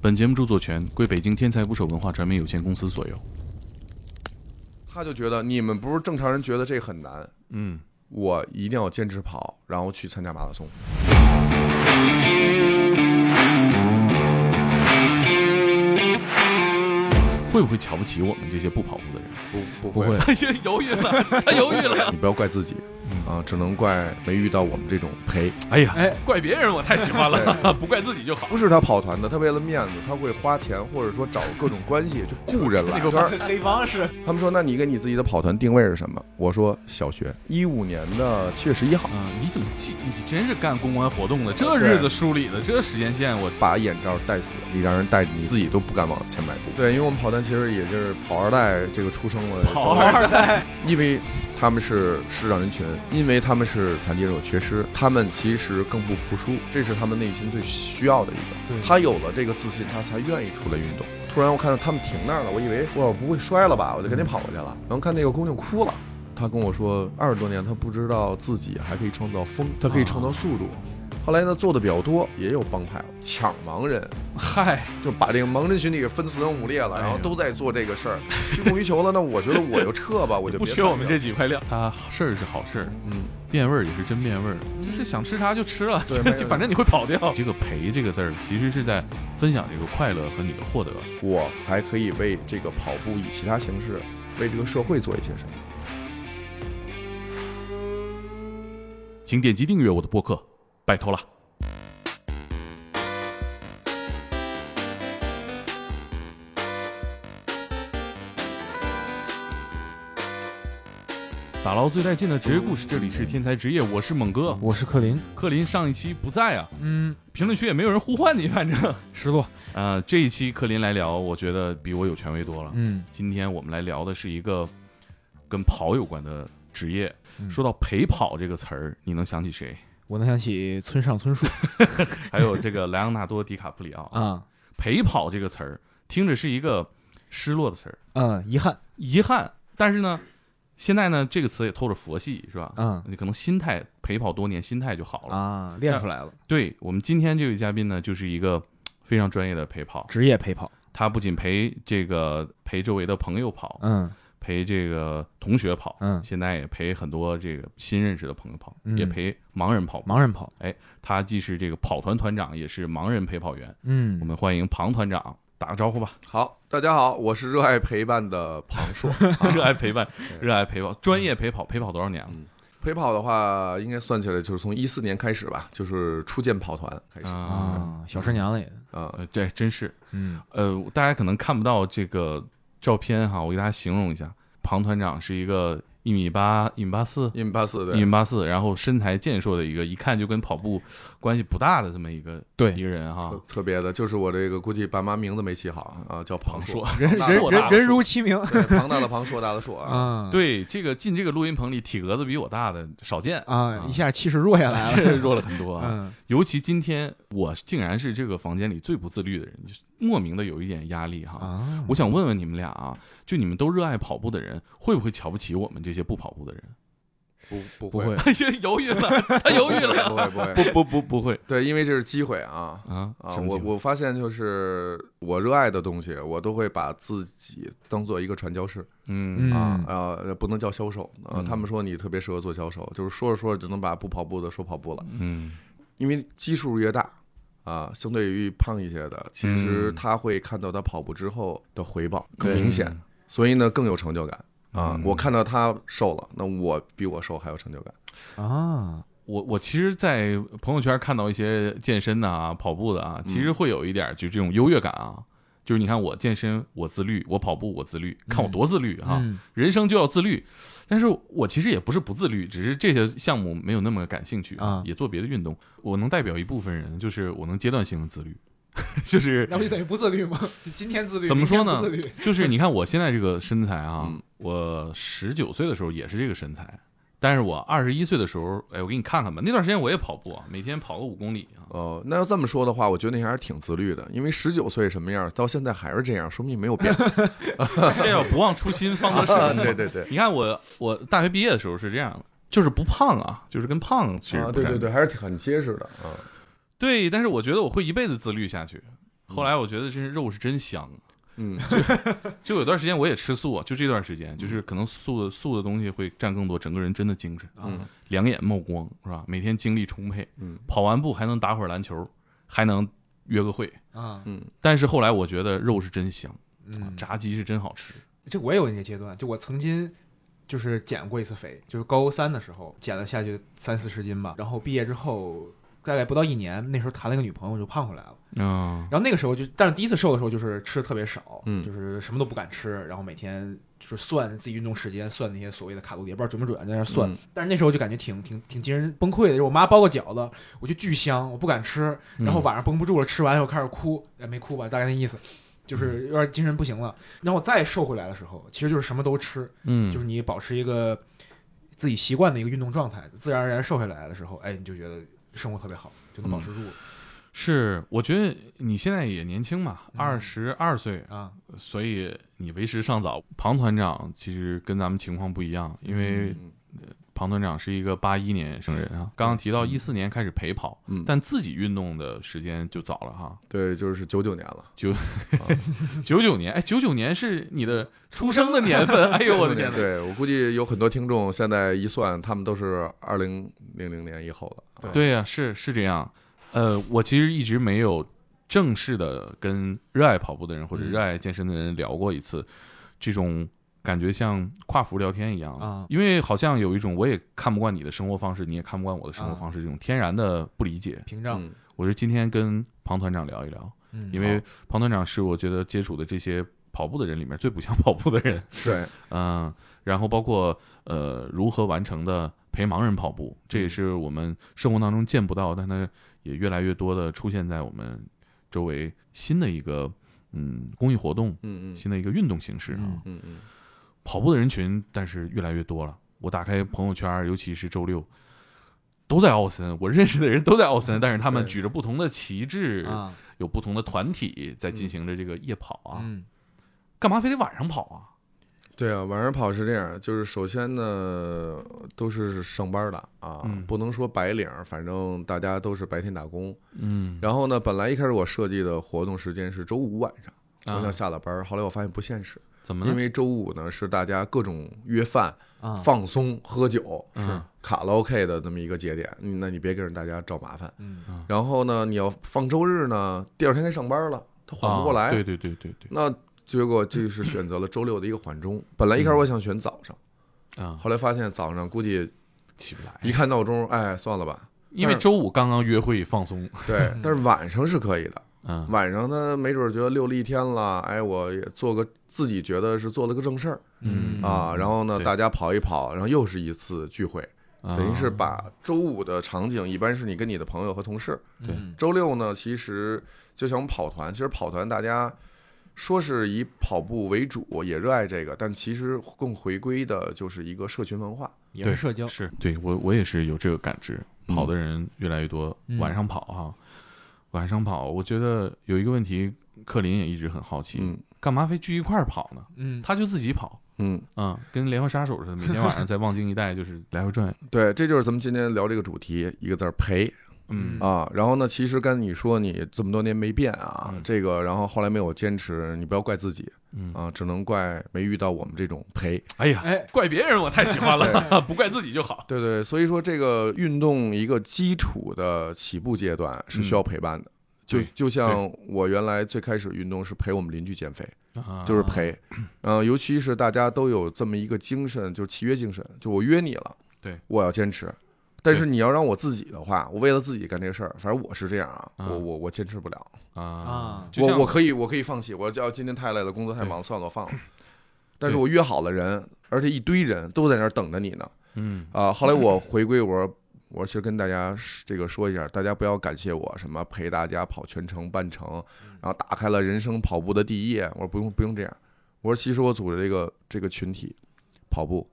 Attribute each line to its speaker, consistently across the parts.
Speaker 1: 本节目著作权归北京天才捕手文化传媒有限公司所有。
Speaker 2: 他就觉得你们不是正常人，觉得这很难，
Speaker 3: 嗯，
Speaker 2: 我一定要坚持跑，然后去参加马拉松。
Speaker 1: 会不会瞧不起我们这些不跑步的人？哎
Speaker 2: 不，
Speaker 3: 不会，
Speaker 1: 他先犹豫了，他犹豫了。
Speaker 2: 你不要怪自己啊，只能怪没遇到我们这种陪。
Speaker 1: 哎呀，
Speaker 3: 哎，
Speaker 1: 怪别人我太喜欢了， 不怪自己就好。
Speaker 2: 不是他跑团的，他为了面子，他会花钱或者说找各种关系就雇人来。他说
Speaker 4: 黑帮是
Speaker 2: 他们说，那你给你自己的跑团定位是什么？我说小学一五年的七月十一号，
Speaker 1: 嗯、你怎么记？你真是干公关活动的，这日子梳理的，这时间线我
Speaker 2: 把眼罩戴死，你让人戴着你自己都不敢往前迈步。对，因为我们跑团其实也就是跑二代这个出生了，
Speaker 1: 跑二
Speaker 2: 代，因为他们是视障人群，因为他们是残疾人有缺失，他们其实更不服输，这是他们内心最需要的一个。
Speaker 3: 对
Speaker 2: 他有了这个自信，他才愿意出来运动。突然我看到他们停那儿了，我以为我不会摔了吧，我就赶紧跑过去了。然后看那个姑娘哭了。她跟我说，二十多年她不知道自己还可以创造风，她可以创造速度。后来呢，做的比较多，也有帮派抢盲人，
Speaker 1: 嗨，
Speaker 2: 就把这个盲人群体给分四分五裂了，
Speaker 1: 哎呦
Speaker 2: 然后都在做这个事儿，虚无于求了。那我觉得我就撤吧，我就
Speaker 1: 不
Speaker 2: 别
Speaker 1: 缺我们
Speaker 2: 参
Speaker 1: 这
Speaker 2: 与了，
Speaker 1: 几块料。他事儿是好事儿，
Speaker 2: 嗯，
Speaker 1: 变味儿也是真变味儿，就是想吃啥就吃了，
Speaker 2: 对没有
Speaker 1: 就反正你会跑掉。这个“陪”这个字儿，其实是在分享这个快乐和你的获得。
Speaker 2: 我还可以为这个跑步以其他形式，为这个社会做一些什么。
Speaker 1: 请点击订阅我的播客，拜托了。打捞最带劲的职业故事，这里是天才职业，我是猛哥。
Speaker 3: 我是克林，
Speaker 1: 克林上一期不在啊，
Speaker 3: 嗯，
Speaker 1: 评论区也没有人呼唤你，反正，
Speaker 3: 失落，
Speaker 1: 呃，这一期克林来聊，我觉得比我有权威多了。
Speaker 3: 嗯，
Speaker 1: 今天我们来聊的是一个跟跑有关的职业。
Speaker 3: 嗯
Speaker 1: 说到陪跑这个词儿，你能想起谁？
Speaker 3: 我能想起村上春树
Speaker 1: 还有这个莱昂纳多·迪卡普里奥。
Speaker 3: 啊，
Speaker 1: 陪跑这个词儿听着是一个失落的词儿，
Speaker 3: 嗯，遗憾，
Speaker 1: 遗憾。但是呢，现在呢这个词也透着佛系，是吧？
Speaker 3: 嗯
Speaker 1: 你可能心态陪跑多年，心态就好了。哎
Speaker 3: 啊，练出来了，
Speaker 1: 对我们今天这位嘉宾呢，就是一个非常专业的陪跑，
Speaker 3: 职业陪跑，
Speaker 1: 他不仅陪这个陪周围的朋友跑，
Speaker 3: 嗯
Speaker 1: 陪这个同学跑，
Speaker 3: 嗯，
Speaker 1: 现在也陪很多这个新认识的朋友跑，
Speaker 3: 嗯
Speaker 1: 也陪盲人跑步。
Speaker 3: 盲人跑，
Speaker 1: 他既是这个跑团团长，也是盲人陪跑员。
Speaker 3: 嗯，
Speaker 1: 我们欢迎庞团长，打个招 呼吧。
Speaker 2: 好，大家好，我是热爱陪伴的庞硕。
Speaker 1: 热爱陪伴，热爱陪跑，专业陪跑，陪跑多少年了？
Speaker 2: 陪跑的话，应该算起来就是从一四年开始吧，就是初见跑团开始
Speaker 1: 啊，
Speaker 3: 啊，小师娘了也，
Speaker 2: 啊。
Speaker 1: 呃，对，真是，
Speaker 3: 嗯
Speaker 1: 呃，大家可能看不到这个照片哈，我给大家形容一下，庞团长是一个一米八、一米八四、
Speaker 2: 一米八四
Speaker 1: 一
Speaker 2: 对
Speaker 1: 米，八四，然后身材健硕的一个，一看就跟跑步关系不大的这么一个
Speaker 3: 对
Speaker 1: 一个人哈
Speaker 2: 特。特别的，就是我这个估计爸妈名字没起好啊，叫庞
Speaker 1: 庞
Speaker 2: 硕
Speaker 1: 硕，，
Speaker 3: 人
Speaker 2: 大
Speaker 3: 人
Speaker 1: 硕大
Speaker 3: 人人如其名
Speaker 2: 对庞大的庞，硕大的硕 啊。
Speaker 3: 啊，
Speaker 1: 对这个进这个录音棚里体格子比我大的少见，
Speaker 3: 啊，一下气势弱下来
Speaker 1: 这
Speaker 3: 了，
Speaker 1: 弱了很多啊。
Speaker 3: 嗯
Speaker 1: 尤其今天我竟然是这个房间里最不自律的人，就是莫名的有一点压力哈。
Speaker 3: 啊，
Speaker 1: 我想问问你们俩啊，就你们都热爱跑步的人，会不会瞧不起我们这些不跑步的人？
Speaker 2: 不
Speaker 3: 不
Speaker 2: 不
Speaker 3: 会
Speaker 2: 会，
Speaker 1: 他先犹豫了，他犹豫了，
Speaker 2: 不会不会，
Speaker 1: 不不不不会
Speaker 2: 对，因为这是机会啊
Speaker 1: 啊
Speaker 2: 啊！
Speaker 1: 什么
Speaker 2: 我
Speaker 1: 情况
Speaker 2: 我发现就是我热爱的东西，我都会把自己当做一个传教士
Speaker 1: 嗯
Speaker 2: 啊
Speaker 3: 嗯
Speaker 2: 呃，不能叫销售啊。
Speaker 1: 嗯
Speaker 2: 他们说你特别适合做销售，就是说着说着就能把不跑步的说跑步了，
Speaker 1: 嗯
Speaker 2: 因为基数越大。啊，相对于胖一些的，其实
Speaker 1: 嗯
Speaker 2: 他会看到他跑步之后的回报更
Speaker 1: 对
Speaker 2: 明显，所以呢更有成就感啊
Speaker 1: 嗯！
Speaker 2: 我看到他瘦了，那我比我瘦还有成就感。
Speaker 3: 啊，
Speaker 1: 我我其实，在朋友圈看到一些健身的啊、跑步的啊，其实会有一点就这种优越感啊，就是你看我健身，我自律；我跑步，我自律，看我多自律啊！
Speaker 3: 嗯
Speaker 1: 人生就要自律，但是我其实也不是不自律，只是这些项目没有那么感兴趣
Speaker 3: 啊
Speaker 1: 也做别的运动。我能代表一部分人，就是我能阶段性的自律， 就是
Speaker 3: 那不就等于不自律吗？就今天自律
Speaker 1: 怎么说呢
Speaker 3: 明天不自律？
Speaker 1: 就是你看我现在这个身材啊
Speaker 2: 嗯，
Speaker 1: 我十九岁的时候也是这个身材，但是我二十一岁的时候，哎，我给你看看吧，那段时间我也跑步啊，每天跑个五公里啊。
Speaker 2: 哦，那要这么说的话，我觉得你还是挺自律的，因为十九岁什么样，到现在还是这样，说明你没 有变。
Speaker 1: 啊这要不忘初心，方 得始终。
Speaker 2: 对对对，
Speaker 1: 你看我，我大学毕业的时候是这样的，就是不胖啊，就是跟胖其实
Speaker 2: 啊，
Speaker 1: 不
Speaker 2: 对
Speaker 1: 沾
Speaker 2: 对对，还是挺很结实的啊。
Speaker 1: 对但是我觉得我会一辈子自律下去，后
Speaker 3: 嗯
Speaker 1: 来我觉得真是肉是真香，
Speaker 2: 嗯，
Speaker 1: 就有段时间我也吃素啊，就这段时间，
Speaker 3: 嗯
Speaker 1: 就是可能素的素的东西会占更多，整个人真的精神，
Speaker 3: 啊
Speaker 2: 嗯，
Speaker 1: 两眼冒光是吧？每天精力充沛，
Speaker 2: 嗯，
Speaker 1: 跑完步还能打会儿篮球，还能约个会。
Speaker 3: 啊，
Speaker 2: 嗯
Speaker 1: 但是后来我觉得肉是真香，
Speaker 3: 嗯，
Speaker 1: 炸鸡是真好吃。
Speaker 3: 这我也有那个阶段，就我曾经就是减过一次肥，就是高三的时候减了下去三四十斤吧，然后毕业之后大概不到一年，那时候谈了个女朋友就胖回来了，
Speaker 1: 啊，
Speaker 3: 然后那个时候就，但是第一次瘦的时候就是吃的特别少，
Speaker 2: 嗯
Speaker 3: 就是什么都不敢吃，然后每天就是算自己运动时间，算那些所谓的卡路里，也不知道准不准，在那儿算。
Speaker 2: 嗯
Speaker 3: 但是那时候就感觉挺挺挺惊人崩溃的，就是我妈包个饺子，我就巨香，我不敢吃，
Speaker 1: 嗯
Speaker 3: 然后晚上绷不住了，吃完以后开始哭，也没哭吧，大概那意思。就是有点精神不行了，然后我再瘦回来的时候，其实就是什么都吃，
Speaker 1: 嗯，
Speaker 3: 就是你保持一个自己习惯的一个运动状态，自然而然瘦下来的时候，哎，你就觉得生活特别好，就能保持住了、
Speaker 1: 是，我觉得你现在也年轻嘛，
Speaker 3: 嗯
Speaker 1: 二十二岁，
Speaker 3: 啊。
Speaker 1: 所以你为时尚早。庞团长其实跟咱们情况不一样，因为
Speaker 2: 嗯
Speaker 1: 庞团长是一个八一年生人啊，刚刚提到一四年开始陪跑，
Speaker 2: 嗯
Speaker 1: 但自己运动的时间就早了哈。
Speaker 2: 对，就是九九年了，
Speaker 1: 九九年，哎，九九年是你的出生的年份，哎呦我的天呐！
Speaker 2: 对我估计有很多听众现在一算，他们都是二零零零年以后啊的。
Speaker 1: 对呀、是是这样。呃，我其实一直没有正式的跟热爱跑步的人或者
Speaker 3: 嗯
Speaker 1: 热爱健身的人聊过一次，这种感觉像跨服聊天一样
Speaker 3: 啊
Speaker 1: 因为好像有一种我也看不惯你的生活方式，你也看不惯我的生活方式，这种天然的不理解。
Speaker 3: 屏障，
Speaker 2: 嗯
Speaker 1: 我是今天跟庞团长聊一聊，
Speaker 3: 嗯
Speaker 1: 因为庞团长是我觉得接触的这些跑步的人里面最不想 跑步的人。
Speaker 2: 对，
Speaker 1: 嗯，然后包括呃如何完成的陪盲人跑步，这
Speaker 3: 嗯
Speaker 1: 也是我们生活当中见不到，但它也越来越多的出现在我们周围新的一个嗯公益活动，
Speaker 2: 嗯嗯
Speaker 1: 新的一个运动形式啊。
Speaker 3: 嗯
Speaker 2: 嗯嗯，
Speaker 1: 跑步的人群，但是越来越多了。我打开朋友圈，尤其是周六。都在奥森，我认识的人都在奥森，但是他们
Speaker 2: 对
Speaker 1: 举着不同的旗帜，
Speaker 3: 啊，
Speaker 1: 有不同的团体在进行着这个夜跑啊，
Speaker 3: 嗯
Speaker 1: 干嘛非得晚上跑啊？
Speaker 2: 对啊，晚上跑是这样，就是首先呢都是上班的啊，
Speaker 1: 嗯
Speaker 2: 不能说白领，反正大家都是白天打工。
Speaker 1: 嗯，
Speaker 2: 然后呢，本来一开始我设计的活动时间是周五晚上，我
Speaker 1: 啊
Speaker 2: 想下了班儿，后来我发现不现实，
Speaker 1: 怎么了？
Speaker 2: 因为周五呢是大家各种约饭、
Speaker 3: 啊，
Speaker 2: 放松、喝酒、嗯
Speaker 1: 是
Speaker 2: 卡拉 OK 的这么一个节点，你那你别给人大家找麻烦。
Speaker 3: 嗯
Speaker 2: 然后呢，你要放周日呢，第二天该上班了，他缓不过来，
Speaker 1: 啊对对对对对
Speaker 2: 那结果就是选择了周六的一个缓冲。本来一开始我想选早上，
Speaker 1: 啊，
Speaker 2: 后来发现早上估计
Speaker 1: 起不来，
Speaker 2: 一看闹钟，哎，算了 吧。
Speaker 1: 因为周五刚刚约会放松，
Speaker 2: 对，但是晚上是可以的。
Speaker 1: 嗯
Speaker 2: 晚上呢，没准觉得溜了一天了，哎，我也做个自己觉得是做了个正事儿
Speaker 1: 嗯
Speaker 2: 啊。然后呢，
Speaker 1: 对
Speaker 2: 大家跑一跑，然后又是一次聚会，
Speaker 1: 啊
Speaker 2: 等于是把周五的场景，一般是你跟你的朋友和同事。
Speaker 1: 对
Speaker 3: 嗯
Speaker 2: 周六呢，其实就像我们跑团，其实跑团大家说是以跑步为主，也热爱这个，但其实更回归的就是一个社群文化。
Speaker 3: 也是
Speaker 1: 对
Speaker 3: 社交，
Speaker 1: 是对我我也是有这个感知，
Speaker 2: 嗯
Speaker 1: 跑的人越来越多，
Speaker 3: 嗯
Speaker 1: 晚上跑哈，晚上跑，我觉得有一个问题，克林也一直很好奇，
Speaker 2: 嗯
Speaker 1: 干嘛非聚一块儿跑呢？
Speaker 3: 嗯，
Speaker 1: 他就自己跑。
Speaker 2: 嗯，
Speaker 1: 啊，跟连环杀手似的，每天晚上在望京一带就是来回 转。
Speaker 2: 对，这就是咱们今天聊这个主题，一个字儿陪
Speaker 1: 嗯
Speaker 2: 啊。然后呢，其实跟你说你这么多年没变啊，
Speaker 1: 嗯
Speaker 2: 这个，然后后来没有坚持，你不要怪自己
Speaker 1: 嗯，
Speaker 2: 啊，只能怪没遇到我们这种陪。
Speaker 1: 哎呀，
Speaker 3: 哎，
Speaker 1: 怪别人我太喜欢了， 不怪自己就好。
Speaker 2: 对对，所以说这个运动一个基础的起步阶段是需要陪伴的。
Speaker 1: 嗯
Speaker 2: 就
Speaker 1: 对
Speaker 2: 就像我原来最开始运动是陪我们邻居减肥，
Speaker 1: 啊
Speaker 2: 就是陪，嗯、尤其是大家都有这么一个精神，就是契约精神，就我约你了，
Speaker 1: 对，
Speaker 2: 我要坚持。但是你要让我自己的话，我为了自己干这事儿，反正我是这样啊，
Speaker 1: 啊
Speaker 2: 我我我坚持不了，
Speaker 1: 啊
Speaker 3: 啊，
Speaker 1: 就像
Speaker 2: 我我可以我可以放弃，我要今天太累了，工作太忙，算了，我放了。 但是我约好了人，而且一堆人都在那儿等着你呢，
Speaker 1: 嗯
Speaker 2: 啊， 后来我回归，我说我其实跟大家是这个说一下，大家不要感谢我什么陪大家跑全程半程，嗯然后打开了人生跑步的第一页。我说不用不用这样，我说其实我组织这个这个群体跑步，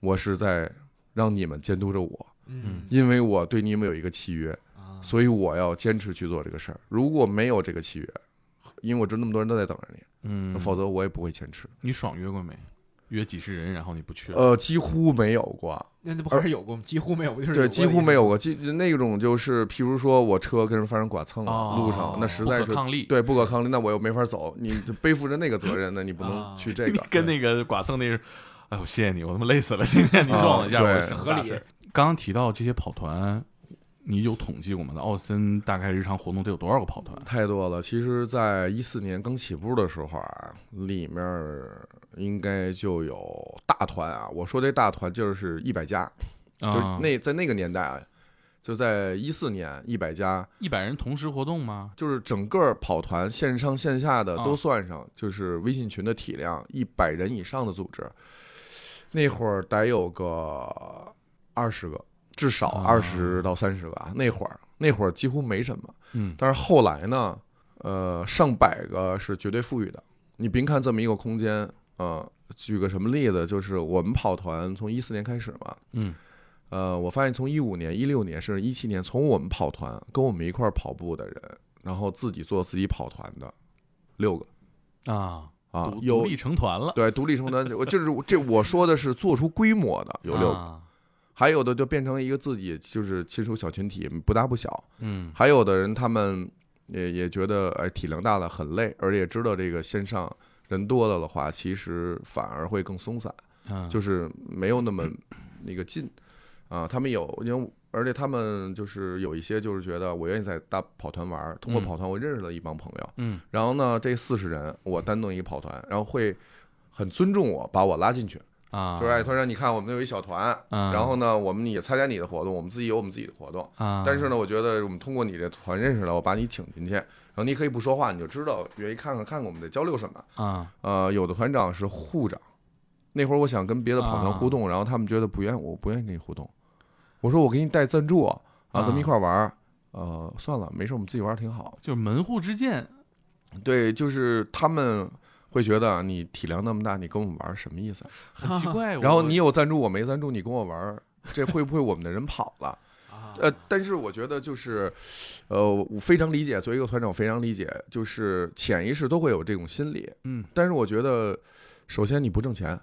Speaker 2: 我是在让你们监督着我，
Speaker 3: 嗯
Speaker 2: 因为我对你们有一个契约，
Speaker 3: 啊，
Speaker 2: 所以我要坚持去做这个事儿。如果没有这个契约，因为我知道那么多人都在等着你，
Speaker 1: 嗯，
Speaker 2: 否则我也不会坚持。
Speaker 1: 你爽约过没？约几十人，然后你不去了，
Speaker 2: 呃，几乎没有过，
Speaker 3: 那那不还是有过吗？几乎没有，就
Speaker 2: 对，
Speaker 3: 是有过
Speaker 2: 几
Speaker 3: 的
Speaker 2: 乎
Speaker 3: 意
Speaker 2: 没
Speaker 3: 思。
Speaker 2: 有过，几那种就是，譬如说我车跟人发生剐蹭
Speaker 1: 哦
Speaker 2: 了，呃路上那实在
Speaker 1: 不可
Speaker 2: 是
Speaker 1: 抗力，
Speaker 2: 对不可抗力，那我又没法走，你就背负着那个责任，那你不能去这
Speaker 1: 你
Speaker 2: 个。
Speaker 1: 啊 跟那个剐蹭那是，哎呦，谢谢你，我他妈累死了，今天你撞我一下，
Speaker 2: 啊
Speaker 1: 我
Speaker 2: 对
Speaker 1: 是很大事儿。刚刚提到这些跑团，你有统计过吗？那奥森大概日常活动得有多少个跑团？
Speaker 2: 太多了。其实，在一四年刚起步的时候啊，里面儿应该就有大团啊。我说这大团就是一百家，就是
Speaker 1: 啊，
Speaker 2: 那在那个年代啊，就在一四年一百家，
Speaker 1: 一百人同时活动吗？
Speaker 2: 就是整个跑团线上线下的
Speaker 1: 啊
Speaker 2: 都算上，就是微信群的体量一百人以上的组织，那会儿得有个二十个，至少
Speaker 1: 啊
Speaker 2: 二十到三十个啊。那会儿那会儿几乎没什么。
Speaker 1: 嗯，
Speaker 2: 但是后来呢，呃，上百个是绝对富裕的。你别看这么一个空间，呃，举个什么例子，就是我们跑团从一四年开始嘛，
Speaker 1: 嗯，
Speaker 2: 呃，我发现从一五年、一六年甚至一七年，从我们跑团跟我们一块儿跑步的人，然后自己做自己跑团的六个
Speaker 1: 啊，
Speaker 2: 啊
Speaker 1: 独，独
Speaker 2: 有
Speaker 1: 立成团了，
Speaker 2: 对独立成团，我就是我这我说的是做出规模的有六个，
Speaker 1: 啊
Speaker 2: 还有的就变成一个自己就是亲属小群体，不大不小，
Speaker 1: 嗯
Speaker 2: 还有的人他们也也觉得哎体量大了很累，而且知道这个线上人多了的话，其实反而会更松散，
Speaker 1: 嗯，
Speaker 2: 就是没有那么那个劲啊。他们有因为。而且他们就是有一些就是觉得我愿意在大跑团玩儿，通过
Speaker 1: 嗯
Speaker 2: 跑团我认识了一帮朋友，
Speaker 1: 嗯，
Speaker 2: 然后呢这四十人我单弄一个跑团，然后会很尊重我，把我拉进去，
Speaker 1: 啊，
Speaker 2: 就是哎，他说你看我们有一小团，
Speaker 1: 嗯，
Speaker 2: 然后呢我们也参加你的活动，我们自己有我们自己的活动，
Speaker 1: 啊，
Speaker 2: 但是呢，我觉得我们通过你这团认识了，我把你请进去，然后你可以不说话，你就知道愿意看看看看我们在交流什么。
Speaker 1: 啊，
Speaker 2: 呃，有的团长是护长，那会儿我想跟别的跑团互动，然后他们觉得不愿，我不愿意跟你互动。我说我给你带赞助啊，
Speaker 1: 啊
Speaker 2: 咱们一块儿玩儿。呃，算了，没事，我们自己玩儿挺好。
Speaker 1: 就是门户之见，
Speaker 2: 对，就是他们会觉得啊你体量那么大，你跟我们玩儿什么意思啊？
Speaker 1: 很奇怪。
Speaker 2: 然后
Speaker 1: 我
Speaker 2: 你有赞助，我没赞助，你跟我玩儿，这会不会我们的人跑 了？
Speaker 3: 啊
Speaker 2: 呃，但是我觉得就是，呃，我非常理解，作为一个团长，我非常理解，就是潜意识都会有这种心理。
Speaker 1: 嗯
Speaker 2: 但是我觉得，首先你不挣钱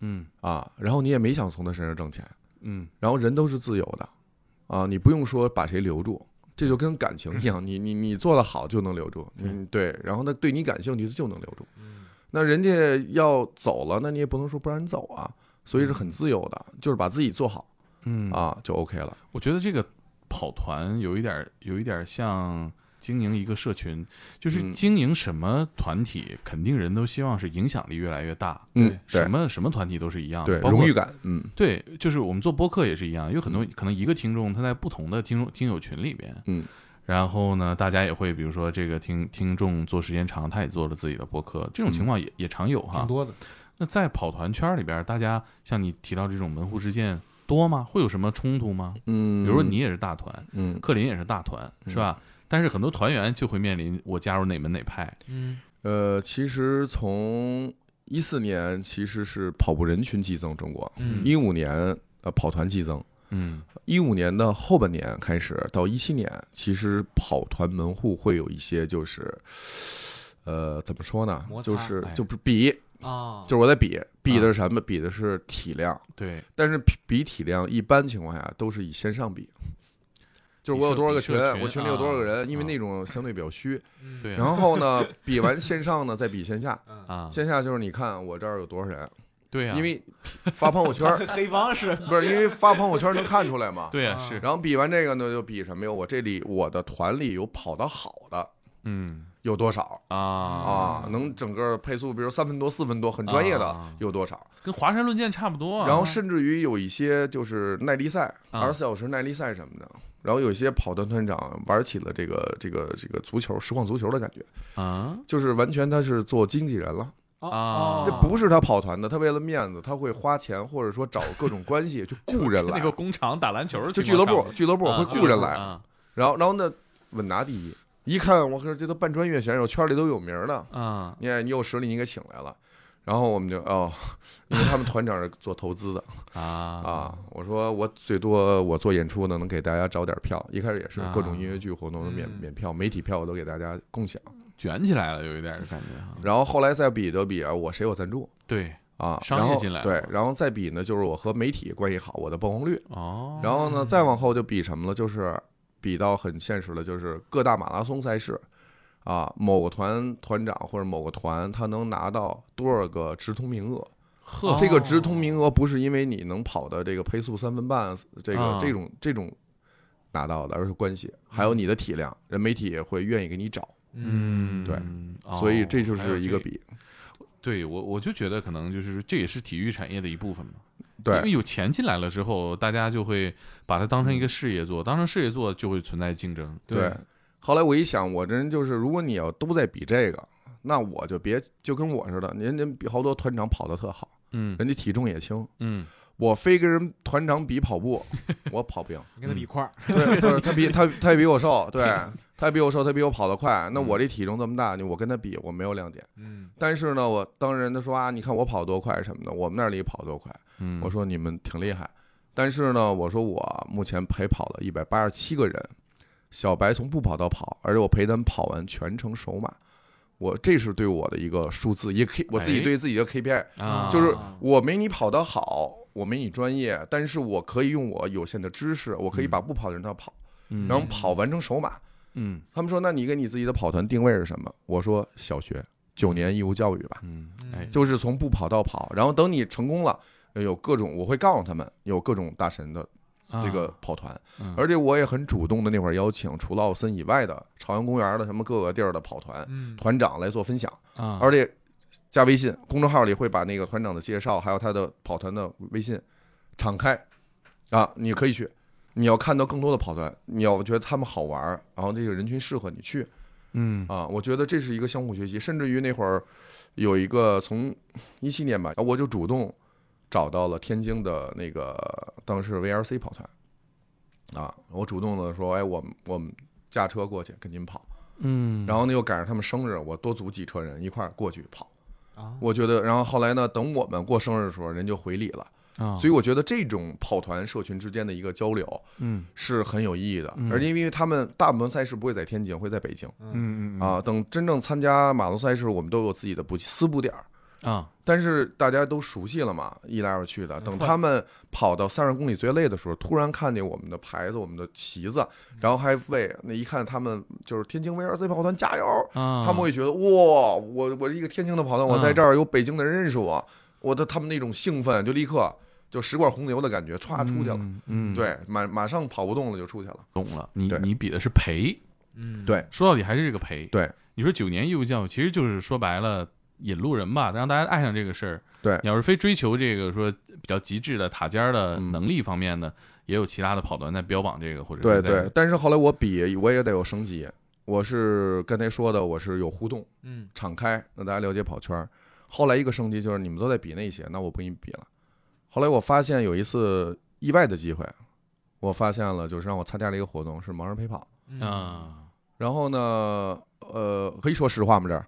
Speaker 1: 嗯
Speaker 2: 啊，然后你也没想从他身上挣钱，
Speaker 1: 嗯，
Speaker 2: 然后人都是自由的啊，你不用说把谁留住，这就跟感情
Speaker 1: 嗯
Speaker 2: 一样，你你你做得好就能留住，嗯，对，然后他对你感兴趣就能留住。
Speaker 1: 嗯
Speaker 2: 那人家要走了，那你也不能说不让人走啊，所以是很自由的，就是把自己做好
Speaker 1: 嗯
Speaker 2: 啊，就 OK 了。
Speaker 1: 我觉得这个跑团有一点儿，有一点儿像经营一个社群，就是
Speaker 2: 嗯
Speaker 1: 经营什么团体，肯定人都希望是影响力越来越大。
Speaker 2: 嗯，
Speaker 1: 什
Speaker 2: 对
Speaker 1: 么什么团体都是一样，
Speaker 2: 对，
Speaker 1: 包括
Speaker 2: 荣誉感，嗯。
Speaker 1: 对，就是我们做播客也是一样，有很多可能一个听众他在不同的听众听友群里边，
Speaker 2: 嗯，
Speaker 1: 然后呢，大家也会比如说这个听听众做时间长，他也做了自己的播客，这种情况也、也常有哈
Speaker 2: 啊
Speaker 3: 挺。多的。
Speaker 1: 那在跑团圈里边，大家像你提到这种门户之见多吗？会有什么冲突吗？比
Speaker 2: 嗯，
Speaker 1: 如说你，也是大团，
Speaker 2: 嗯，
Speaker 1: 克林也是大团，是吧？但是很多团员就会面临我加入哪门哪派，
Speaker 3: 嗯，
Speaker 2: 呃，其实从一四年其实是跑步人群激增中国，
Speaker 3: 嗯
Speaker 2: 一五年呃跑团激增，
Speaker 1: 嗯
Speaker 2: 一五年的后半年开始到一七年，其实跑团门户会有一些就是，呃，怎么说呢
Speaker 3: 摩？擦
Speaker 2: 就是
Speaker 1: 哎
Speaker 2: 就不比，
Speaker 3: 啊，
Speaker 2: 就是我在比，比的是什么？比的是体量，
Speaker 1: 对，
Speaker 2: 但是比比体量一般情况下都是以线上比。就是我有多少个群
Speaker 1: 比社，群
Speaker 2: 我群里有多少个人，因为
Speaker 1: 啊
Speaker 2: 那种相对比较虚，
Speaker 3: 嗯
Speaker 1: 对
Speaker 2: 然后呢，比完线上呢，再比线下。
Speaker 3: 嗯，
Speaker 1: 啊，
Speaker 2: 线下就是你看我这儿有多少人，
Speaker 1: 对啊，
Speaker 2: 因为发朋友 圈儿
Speaker 3: 黑帮是
Speaker 2: 不是因为发朋友圈能看出来嘛。
Speaker 1: 对啊
Speaker 3: 啊
Speaker 1: 是，
Speaker 2: 然后比完这个呢，就比什么呀？我这里我的团里有跑得好的
Speaker 1: 嗯
Speaker 2: 有多少
Speaker 1: 啊
Speaker 2: 啊？能整个配速，比如三分多、四分多，很专业的
Speaker 1: 啊
Speaker 2: 有多少？
Speaker 1: 跟华山论剑差不多啊。
Speaker 2: 然后甚至于有一些就是耐力赛，
Speaker 1: 啊
Speaker 2: 二十四小时耐力赛什么的。然后有一些跑团团长玩起了这个这个这个足球实况足球的感觉，
Speaker 1: 啊
Speaker 2: 就是完全他是做经纪人了。
Speaker 3: 哦
Speaker 1: 啊
Speaker 2: 这不是他跑团的，他为了面子，他会花钱或者说找各种关系去雇人
Speaker 1: 跟
Speaker 2: 来
Speaker 1: 那，个工厂打篮球的
Speaker 2: 就
Speaker 1: 情
Speaker 2: 俱 乐
Speaker 1: 况差不
Speaker 2: 部
Speaker 1: 多，
Speaker 2: 俱乐部
Speaker 1: 啊
Speaker 2: 会
Speaker 1: 俱乐
Speaker 2: 雇人
Speaker 1: 部
Speaker 2: 来，
Speaker 1: 啊
Speaker 2: 然后然后呢稳拿第一，一看我靠，这都半专业选手，圈里都有名儿的，
Speaker 1: 啊
Speaker 2: 你看你有实力，你给请来了。然后我们就哦，因为他们团长是做投资的
Speaker 1: 啊
Speaker 2: 啊，我说我最多我做演出呢，能给大家找点票。一开始
Speaker 1: 啊
Speaker 2: 也是各种音乐剧活动的免
Speaker 3: 嗯
Speaker 2: 免票、媒体票我都给大家共享。
Speaker 1: 卷起来了，有一点儿感觉哈。
Speaker 2: 然后后来再比就比啊，我谁有赞助
Speaker 1: 对
Speaker 2: 啊，
Speaker 1: 商业
Speaker 2: 然后
Speaker 1: 进来了
Speaker 2: 对，然后再比呢，就是我和媒体关系好，我的曝光率。
Speaker 1: 哦，
Speaker 2: 然后呢，再往后就比什么了，就是比到很现实的，就是各大马拉松赛事啊，某个团团长或者某个团，他能拿到多少个直通名额？
Speaker 1: 呵，
Speaker 2: 这个直通名额不是因为你能跑的这个配速三分半，这个
Speaker 1: 啊
Speaker 2: 这种这种拿到的，而是关系，还有你的体量，人媒体也会愿意给你找，
Speaker 1: 嗯，
Speaker 2: 对
Speaker 1: 对
Speaker 2: 所以这就是一个，比。
Speaker 1: 对我我就觉得可能就是这也是体育产业的一部分嘛。因为
Speaker 2: 对
Speaker 1: 有钱进来了之后，大家就会把它当成一个事业做，当成事业做就会存在竞争。
Speaker 2: 嗯对，后来我一想，我这人就是，如果你要都在比这个，那我就别就跟我似的，人家比好多团长跑得特好，
Speaker 1: 嗯
Speaker 2: 人家体重也轻，
Speaker 1: 嗯，
Speaker 2: 我非跟人团长比 跑步，我跑不赢。
Speaker 3: 你跟他比块儿，
Speaker 2: 对，不是他比他他也比我 瘦，对他也比我瘦，他比我跑得快。
Speaker 1: 嗯
Speaker 2: 那我这体重这么大，你我跟他比，我没有亮点。
Speaker 3: 嗯，
Speaker 2: 但是呢，我当人家说啊，你看我跑多快什么的，我们那里跑多快，
Speaker 1: 嗯
Speaker 2: 我说你们挺厉害。但是呢，我说我目前陪跑了一百八十七个人，小白从不跑到跑，而且我陪他们跑完全程首马。我这是对我的一个数字，一个 K，我自己
Speaker 1: 哎
Speaker 2: 对自己的 KPI，、
Speaker 1: 啊，
Speaker 2: 就是我没你跑得好，我没你专业，但是我可以用我有限的知识，我可以把不跑的人都跑，
Speaker 1: 嗯
Speaker 2: 然后跑完成首马。
Speaker 1: 嗯
Speaker 2: 他们说，那你给你自己的跑团定位是什么？我说小学九年义务教育吧，
Speaker 1: 嗯，哎，
Speaker 2: 就是从不跑到跑，然后等你成功了。有各种，我会告诉他们有各种大神的这个
Speaker 1: 啊
Speaker 2: 跑团，
Speaker 1: 嗯
Speaker 2: 而且我也很主动的那会儿邀请除了奥森以外的朝阳公园的什么各个地儿的跑团
Speaker 3: 嗯，
Speaker 2: 团长来做分享。
Speaker 1: 啊，
Speaker 2: 而且加微信公众号里会把那个团长的介绍，还有他的跑团的微信敞开啊，你可以去。你要看到更多的跑团，你要觉得他们好玩儿，然后这个人群适合你去
Speaker 1: 嗯
Speaker 2: 啊。我觉得这是一个相互学习，甚至于那会儿有一个从一七年吧，我就主动找到了天津的那个当时 VRC 跑团啊，我主动的说，哎，我们我们驾车过去跟您跑。
Speaker 1: 嗯，
Speaker 2: 然后呢又赶上他们生日，我多组几车人一块儿过去跑。
Speaker 3: 啊
Speaker 2: 我觉得，然后后来呢，等我们过生日的时候，人就回礼了。
Speaker 1: 啊，
Speaker 2: 所以我觉得这种跑团社群之间的一个交流
Speaker 1: 嗯
Speaker 2: 是很有意义的
Speaker 1: 嗯，
Speaker 2: 而且因为他们大部分赛事不会在天津，会在北京
Speaker 1: 嗯嗯
Speaker 2: 啊。等真正参加马拉松赛事，我们都有自己的补私补点儿。
Speaker 1: 啊，
Speaker 2: 但是大家都熟悉了嘛，一来二去的。
Speaker 1: 嗯
Speaker 2: 等
Speaker 3: 快
Speaker 2: 他们跑到三十公里最累的时候，突然看见我们的牌子、我们的旗子，然后还为那一看他们就是天津 VRC 跑团加油，
Speaker 1: 他
Speaker 2: 他们会觉得哇，我我是一个天津的跑团，我在这儿有北京的人认识我，我的他们那种兴奋就立刻就十罐红牛的感觉，歘出去了，，
Speaker 1: 嗯，
Speaker 2: 对，马马上跑不动了就出去了，
Speaker 1: 懂了，你
Speaker 2: 对
Speaker 1: 你比的是赔，
Speaker 3: 嗯，
Speaker 2: 对
Speaker 1: 说到底还是这个赔。
Speaker 2: 对，
Speaker 1: 你说九年义务教育，其实就是说白了引路人吧，让大家爱上这个事儿。
Speaker 2: 对
Speaker 1: 你要是非追求这个说比较极致的塔尖儿的
Speaker 2: 嗯
Speaker 1: 能力方面的，也有其他的跑团在标榜这个，或者
Speaker 2: 对
Speaker 1: 是
Speaker 2: 对
Speaker 1: 在。
Speaker 2: 但是后来我比我也得有升级，我是刚才说的，我是有互动、
Speaker 3: 嗯，
Speaker 2: 敞开，让大家了解跑圈儿。后来一个升级就是你们都在比那些，那我不跟你比了。后来我发现有一次意外的机会，我发现了就是让我参加了一个活动，是盲人陪跑。
Speaker 3: 嗯，
Speaker 1: 啊，
Speaker 2: 然后呢，呃，可以说实话吗？这儿？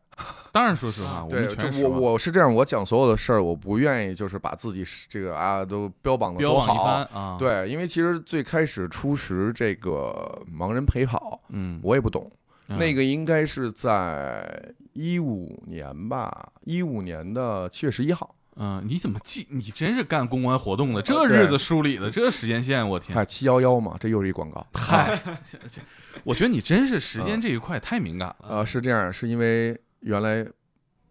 Speaker 1: 当然，说实话，我
Speaker 2: 对，
Speaker 1: 们
Speaker 2: 就
Speaker 1: 全是
Speaker 2: 我
Speaker 1: 实话
Speaker 2: 我是这样，我讲所有的事儿，我不愿意就是把自己是这个啊都标榜的
Speaker 1: 标
Speaker 2: 多
Speaker 1: 榜一番
Speaker 2: 好。
Speaker 1: 啊，，
Speaker 2: 对，因为其实最开始初识这个盲人陪跑，
Speaker 1: 嗯，
Speaker 2: 我也不懂。那
Speaker 1: 个
Speaker 2: 个应该是在一五年吧，一五年的七月十一号。
Speaker 1: 嗯，你怎么记？你真是干公关活动的，这
Speaker 2: 呃对
Speaker 1: 日子梳理的，这时间线，我天！
Speaker 2: 嗨，七幺幺嘛，这又是一广告。啊
Speaker 1: 嗨，啊这这我觉得你真是时
Speaker 2: 嗯
Speaker 1: 间这一块太敏感
Speaker 3: 啊
Speaker 1: 了
Speaker 2: 呃，是这样，是因为原来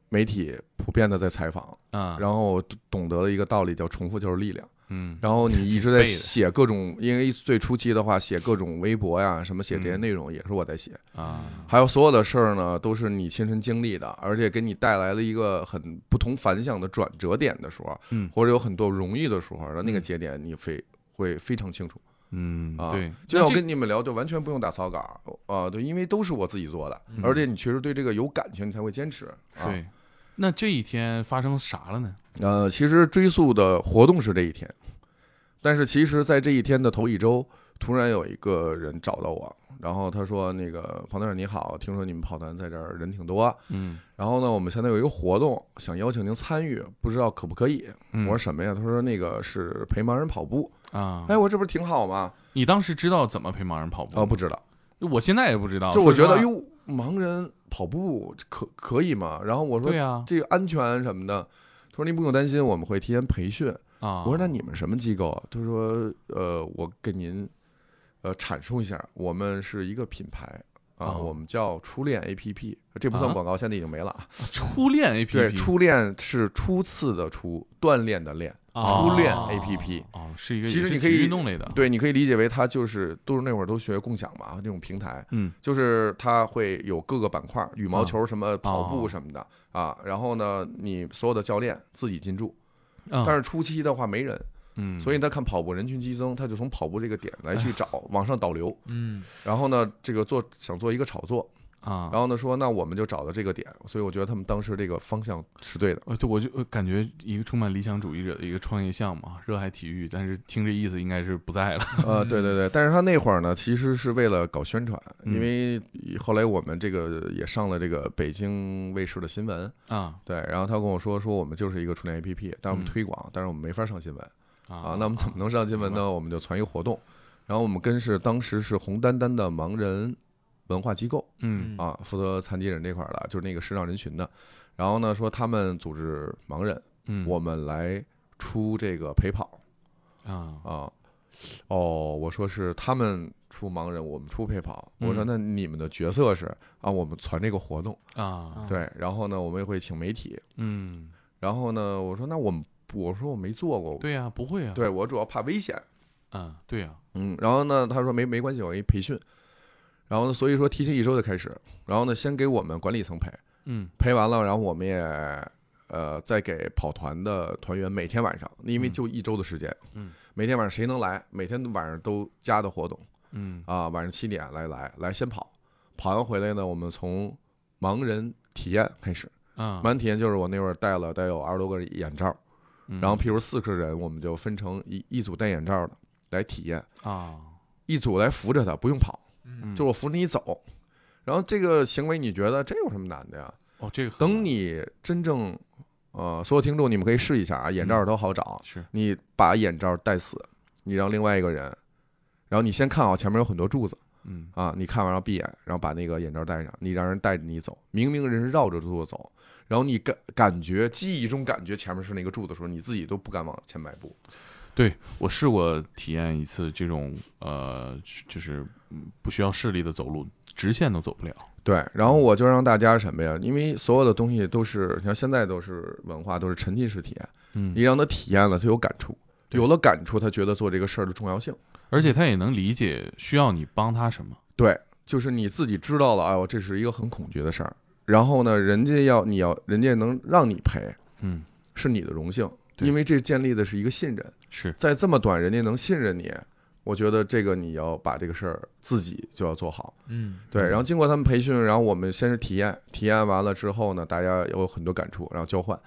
Speaker 2: 媒体普遍的在采访，
Speaker 1: 啊。
Speaker 2: 然后我懂得了一个道理，叫重复就是力量。
Speaker 1: 嗯，
Speaker 2: 然后你一直在
Speaker 1: 挺背的
Speaker 2: 写各种，因为最初期的话，写各种微博呀，什么写
Speaker 1: 嗯
Speaker 2: 这些内容也是我在写，
Speaker 1: 啊，
Speaker 2: 还有所有的事儿呢，都是你亲身经历的，而且给你带来了一个很不同凡响的转折点的时候，
Speaker 1: 嗯
Speaker 2: 或者有很多容易的时候，然后那个节点你非会非常清楚。
Speaker 1: 嗯，
Speaker 2: 啊
Speaker 1: 对，
Speaker 2: 就像我
Speaker 1: 那这
Speaker 2: 跟你们聊，就完全不用打草稿啊，对，因为都是我自己做的，
Speaker 1: 嗯
Speaker 2: 而且你确实对这个有感情，你才会坚持。啊，
Speaker 1: 对，那这一天发生啥了呢？
Speaker 2: 呃，其实追溯的活动是这一天，但是其实，在这一天的头一周，突然有一个人找到我，然后他说：“那个庞队长你好，听说你们跑团在这儿人挺多，
Speaker 1: 嗯，
Speaker 2: 然后呢，我们现在有一个活动，想邀请您参与，不知道可不可以？”
Speaker 1: 嗯
Speaker 2: 我说：“什么呀？”他说：“那个是陪盲人跑步。”
Speaker 1: 啊，
Speaker 2: 哎，我这不是挺好吗？
Speaker 1: 你当时知道怎么陪盲人跑步
Speaker 2: 啊，不知道，
Speaker 1: 我现在也不知道，
Speaker 2: 就我觉得
Speaker 1: 哟，
Speaker 2: 哟，盲人跑步可可以吗？然后我说
Speaker 1: 对啊，
Speaker 2: 这个安全什么的。他说您不用担心，我们会提前培训。
Speaker 1: 啊，
Speaker 2: 我说那你们什么机构啊？他说呃，我给您呃阐述一下，我们是一个品牌啊，
Speaker 1: 哦
Speaker 2: 我们叫初恋 APP，这不算
Speaker 1: 啊
Speaker 2: 广告，现在已经没了啊。
Speaker 1: 初恋 A P P
Speaker 2: 对，初恋是初次的初，锻炼的炼。初恋 APP
Speaker 1: 哦，是一个
Speaker 2: 其实
Speaker 1: 也是
Speaker 2: 你可以
Speaker 1: 体育运动类的，
Speaker 2: 对，你可以理解为它就是都是那会儿都学共享嘛，那种平台，
Speaker 1: 嗯，
Speaker 2: 就是它会有各个板块，羽毛球什么、跑步什么的啊。然后呢，你所有的教练自己进驻，
Speaker 1: 嗯，
Speaker 2: 但是初期的话没人，
Speaker 1: 嗯，哎
Speaker 2: 所以他看跑步人群激增，他就从跑步这个点来去找往上导流。
Speaker 3: 嗯，
Speaker 2: 然后呢，这个做想做一个炒作，
Speaker 1: 啊，
Speaker 2: 然后呢说那我们就找到这个点，所以我觉得他们当时这个方向是 对的。
Speaker 1: 呃，对，我就呃感觉一个充满理想主义者的一个创业项目，啊，热爱体育，但是听这意思应该是不在了。
Speaker 2: 呃，对对对，但是他那会儿呢，其实是为了搞宣传，
Speaker 1: 嗯
Speaker 2: 因为后来我们这个也上了这个北京卫视的新闻，
Speaker 1: 啊
Speaker 2: 对，然后他跟我说说我们就是一个触电 APP，但是我们
Speaker 1: 嗯
Speaker 2: 推广，但是我们没法上新闻啊
Speaker 1: 啊，，
Speaker 2: 那我们怎么能上新闻
Speaker 1: 明
Speaker 2: 呢？我们就传一活动，然后我们跟是当时是红丹丹的盲人文化机构
Speaker 1: 嗯
Speaker 2: 啊，负责残疾人这块儿的，就是那个视障人群的，然后呢说他们组织盲人，
Speaker 1: 嗯，
Speaker 2: 我们来出这个陪跑。
Speaker 1: 啊
Speaker 2: 啊，哦，我说是他们出盲人，我们出陪跑。我说
Speaker 1: 嗯
Speaker 2: 那你们的角色是啊，我们传这个活动，
Speaker 1: 啊，
Speaker 2: 对，然后呢，我们也会请媒体。
Speaker 1: 嗯，
Speaker 2: 然后呢，我说那我们，我说我没做过，
Speaker 1: 对呀，不会啊，，
Speaker 2: 对我主要怕危险。
Speaker 1: 嗯，对呀，
Speaker 2: 嗯，然后呢，他说没没关系，我给你培训。然后呢，所以说提前一周就开始，然后呢，先给我们管理层培，
Speaker 1: 嗯
Speaker 2: 培完了，然后我们也呃再给跑团的团员每天晚上，因为
Speaker 1: 嗯
Speaker 2: 就一周的时间，
Speaker 1: 嗯，
Speaker 2: 每天晚上谁能来，每天晚上都加的活动。
Speaker 1: 嗯
Speaker 2: 啊，晚上七点来来来先跑，跑完回来呢，我们从盲人体验开始。
Speaker 1: 啊
Speaker 2: 盲，人体验就是我那会儿戴了得有二十多个眼罩，
Speaker 1: 嗯
Speaker 2: 然后譬如四个人，我们就分成一一组戴眼罩的来体验，
Speaker 1: 啊，
Speaker 2: 一组来扶着他，不用跑，
Speaker 3: 嗯
Speaker 2: 就我扶着你走。然后这个行为你觉得这有什么难的呀？
Speaker 1: 哦，这个很
Speaker 2: 等
Speaker 1: 难
Speaker 2: 你真正，呃，所有听众你们可以试一下
Speaker 1: 嗯
Speaker 2: 啊，眼罩都好找，
Speaker 1: 是
Speaker 2: 你把眼罩戴死，你让另外一个人，然后你先看好前面有很多柱子。
Speaker 1: 嗯
Speaker 2: 啊，你看完了闭眼，然后把那个眼罩戴上，你让人带着你走。明明人是绕着柱子走，然后你感感觉记忆中感觉前面是那个柱子的时候，你自己都不敢往前迈步。
Speaker 1: 我试过体验一次这种呃，就是嗯不需要视力的走路，直线都走不了。
Speaker 2: 对，然后我就让大家什么呀？因为所有的东西都是，你看现在都是文化，都是沉浸式体验。
Speaker 1: 嗯
Speaker 2: 你，让他体验了，他有感触，
Speaker 1: 对
Speaker 2: 有了感触，他觉得做这个事儿的重要性。
Speaker 1: 而且他也能理解需要你帮他什么。
Speaker 2: 对，就是你自己知道了，哎呦，这是一个很恐惧的事儿。然后呢，人家要你要，人家能让你陪，
Speaker 1: 嗯，
Speaker 2: 是你的荣幸，
Speaker 1: 对
Speaker 2: 因为这建立的是一个信任。
Speaker 1: 是
Speaker 2: 在这么短，人家能信任你，我觉得这个你要把这个事儿自己就要做好。
Speaker 3: 嗯
Speaker 2: 对，
Speaker 1: 嗯
Speaker 2: 然后经过他们培训，然后我们先是体验，体验完了之后呢，大家有很多感触，然后交换，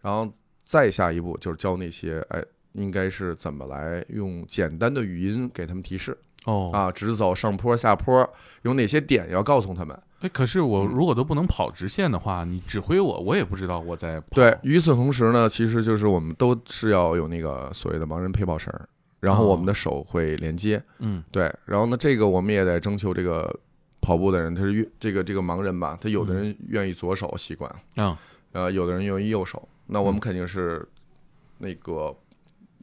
Speaker 2: 然后再下一步就是教那些哎。应该是怎么来用简单的语音给他们提示
Speaker 1: 哦
Speaker 2: 啊，直走、上坡、下坡，有哪些点要告诉他们？
Speaker 1: 哎，可是我
Speaker 2: 嗯
Speaker 1: 如果都不能跑直线的话，你指挥我，我也不知道我在跑。
Speaker 2: 对，，与此同时呢，其实就是我们都是要有那个所谓的盲人陪跑绳儿，然后我们的手会连接，
Speaker 1: 嗯
Speaker 2: 对，然后呢，这个我们也得征求这个跑步的人，他是愿这个这个盲人吧，他有的人愿意左手习惯，
Speaker 1: 啊，
Speaker 2: 呃，有的人愿意右手，那我们肯定是那个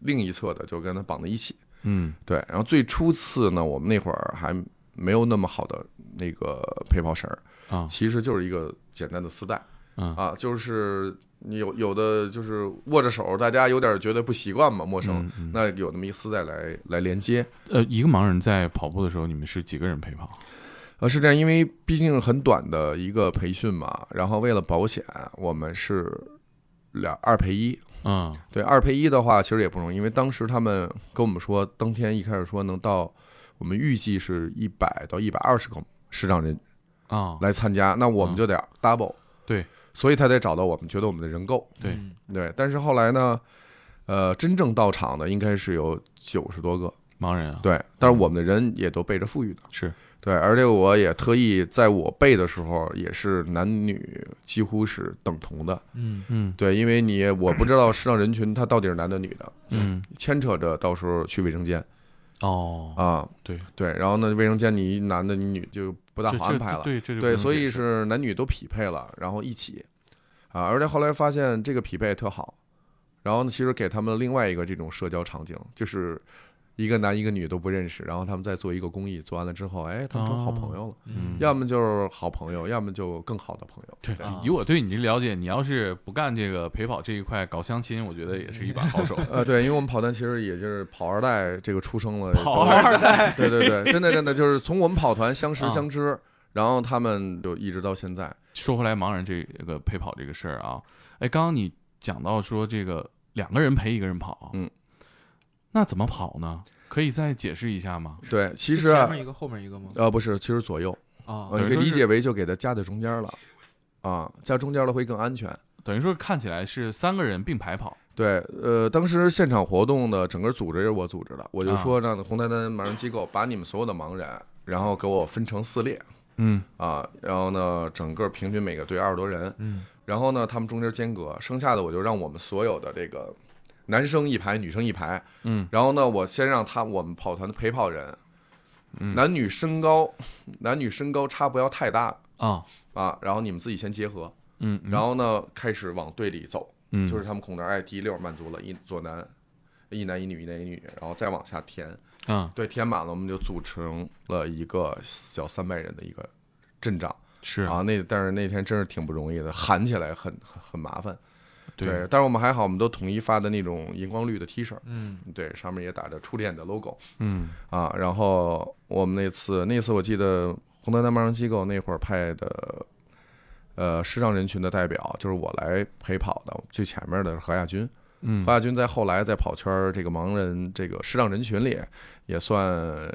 Speaker 2: 另一侧的，就跟他绑在一起。
Speaker 1: 嗯
Speaker 2: 对，然后最初次呢，我们那会儿还没有那么好的那个陪跑绳儿，
Speaker 1: 啊
Speaker 2: 其实就是一个简单的丝带
Speaker 1: 嗯
Speaker 2: 啊，就是你有有的就是握着手，大家有点觉得不习惯嘛，陌生，
Speaker 1: 嗯嗯
Speaker 2: 那有那么一个丝带来来连接。
Speaker 1: 呃，一个盲人在跑步的时候，你们是几个人陪跑？
Speaker 2: 呃，是这样，因为毕竟很短的一个培训嘛，然后为了保险，我们是两二赔一。
Speaker 1: 嗯
Speaker 2: 对，二赔一的话其实也不容易，因为当时他们跟我们说，当天一开始说能到，我们预计是一百到一百二十个市长人
Speaker 1: 啊，
Speaker 2: 来参加，那我们
Speaker 1: 嗯
Speaker 2: 就得 double。
Speaker 1: 对，
Speaker 2: 所以他得找到我们，觉得我们的人够。
Speaker 1: 对
Speaker 3: 嗯
Speaker 2: 对，但是后来呢，呃，真正到场的应该是有九十多个。
Speaker 1: 盲人啊，
Speaker 2: 对，但是我们的人也都备着富裕的。
Speaker 1: 是
Speaker 2: 对，而且我也特意在我背的时候，也是男女几乎是等同的。
Speaker 3: 嗯
Speaker 1: 嗯
Speaker 2: 对，因为你我不知道视障人群他到底是男的女的，
Speaker 1: 嗯
Speaker 2: 牵扯着到时候去卫生间
Speaker 1: 哦，
Speaker 2: 啊。
Speaker 1: 对
Speaker 2: 对，然后呢，卫生间你一男的你女就不大
Speaker 1: 这
Speaker 2: 好
Speaker 1: 这
Speaker 2: 安排了。
Speaker 1: 对这就不
Speaker 2: 对，
Speaker 1: 能
Speaker 2: 所以
Speaker 1: 解释
Speaker 2: 是男女都匹配了，然后一起啊。而且后来发现这个匹配特好，然后呢，其实给他们另外一个这种社交场景，就是一个男一个女都不认识，然后他们再做一个公益，做完了之后，哎，他们成好朋友了，
Speaker 1: 嗯，
Speaker 2: 要么就是好朋友，要么就更好的朋友。
Speaker 1: 对
Speaker 3: 啊，
Speaker 1: 以我对你的了解，你要是不干这个陪跑这一块，搞相亲，我觉得也是一把 好手。
Speaker 2: 呃，对，因为我们跑团其实也就是跑二代这个出生了，
Speaker 1: 跑二
Speaker 2: 代，对 对对，真的真的就是从我们跑团相识
Speaker 1: 啊
Speaker 2: 相知，然后他们就一直到现在。
Speaker 1: 说回来，盲人这个陪跑这个事儿啊，哎，刚刚你讲到说这个两个人陪一个人跑，
Speaker 2: 嗯，
Speaker 1: 那怎么跑呢？可以再解释一下吗？
Speaker 2: 对，其实
Speaker 3: 是前
Speaker 2: 啊
Speaker 3: 面一个后面一个吗？
Speaker 2: 呃不是，其实左右，
Speaker 3: 啊
Speaker 2: 呃，你
Speaker 1: 等
Speaker 2: 可
Speaker 1: 于
Speaker 2: 以
Speaker 1: 说
Speaker 2: 理
Speaker 1: 是
Speaker 2: 解为就给它夹在中间了，啊，夹中间了会更安全。
Speaker 1: 等于说看起来是三个人并排跑，
Speaker 2: 对，呃，当时现场活动的整个组织也是我组织的，我就
Speaker 1: 啊
Speaker 2: 说让红丹丹盲人机构把你们所有的盲人，然后给我分成四列
Speaker 1: 嗯，
Speaker 2: 啊，然后呢，整个平均每个队二十多人，
Speaker 3: 嗯，
Speaker 2: 然后呢，他们中间间隔，剩下的我就让我们所有的这个男生一排，女生一排，
Speaker 1: 嗯，
Speaker 2: 然后呢，我先让他我们跑团的陪跑人，
Speaker 1: 嗯
Speaker 2: 男女身高，男女身高差不要太大
Speaker 1: 啊，
Speaker 2: 啊，然后你们自己先结合，
Speaker 1: 嗯，
Speaker 2: 然后呢，开始往队里走。
Speaker 1: 嗯，
Speaker 2: 就是他们孔德哎，第一溜儿满足了一左男，一男一女，一男一女，然后再往下填，
Speaker 1: 嗯，
Speaker 2: 对，填满了，我们就组成了一个小三百人的一个阵仗
Speaker 1: 是
Speaker 2: 啊。那但是那天真是挺不容易的，喊起来很很很麻烦。
Speaker 1: 对
Speaker 2: 对，但是我们还好，我们都统一发的那种荧光绿的 T 恤，
Speaker 3: 嗯，
Speaker 2: 对，上面也打着初恋的 logo
Speaker 1: 嗯，
Speaker 2: 啊。然后我们那次，那次我记得红灯南盲人机构那会儿派的，呃，视障人群的代表就是我来陪跑的，最前面的是何亚军。
Speaker 1: 嗯，
Speaker 2: 何亚军在后来在跑圈儿这个盲人这个视障人群里，也算呃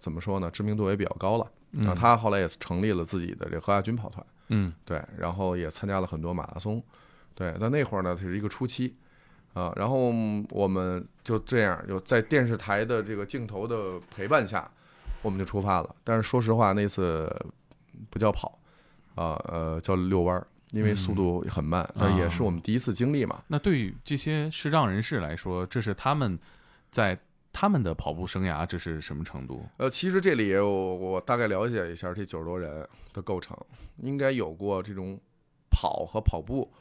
Speaker 2: 怎么说呢，知名度也比较高了。然
Speaker 1: 嗯，
Speaker 2: 后他后来也成立了自己的这何亚军跑团，
Speaker 1: 嗯，
Speaker 2: 对，然后也参加了很多马拉松，对。但那会儿呢，是一个初期啊、然后我们就这样，就在电视台的这个镜头的陪伴下，我们就出发了。但是说实话，那次不叫跑，啊呃叫遛弯儿，因为速度很慢，但也是我们第一次经历嘛。
Speaker 1: 那对于这些视障人士来说，这是他们在他们的跑步生涯，这是什么程度？
Speaker 2: 呃，其实这里也有我大概了解一下这九十多人的构成，应该有过这种跑和跑步，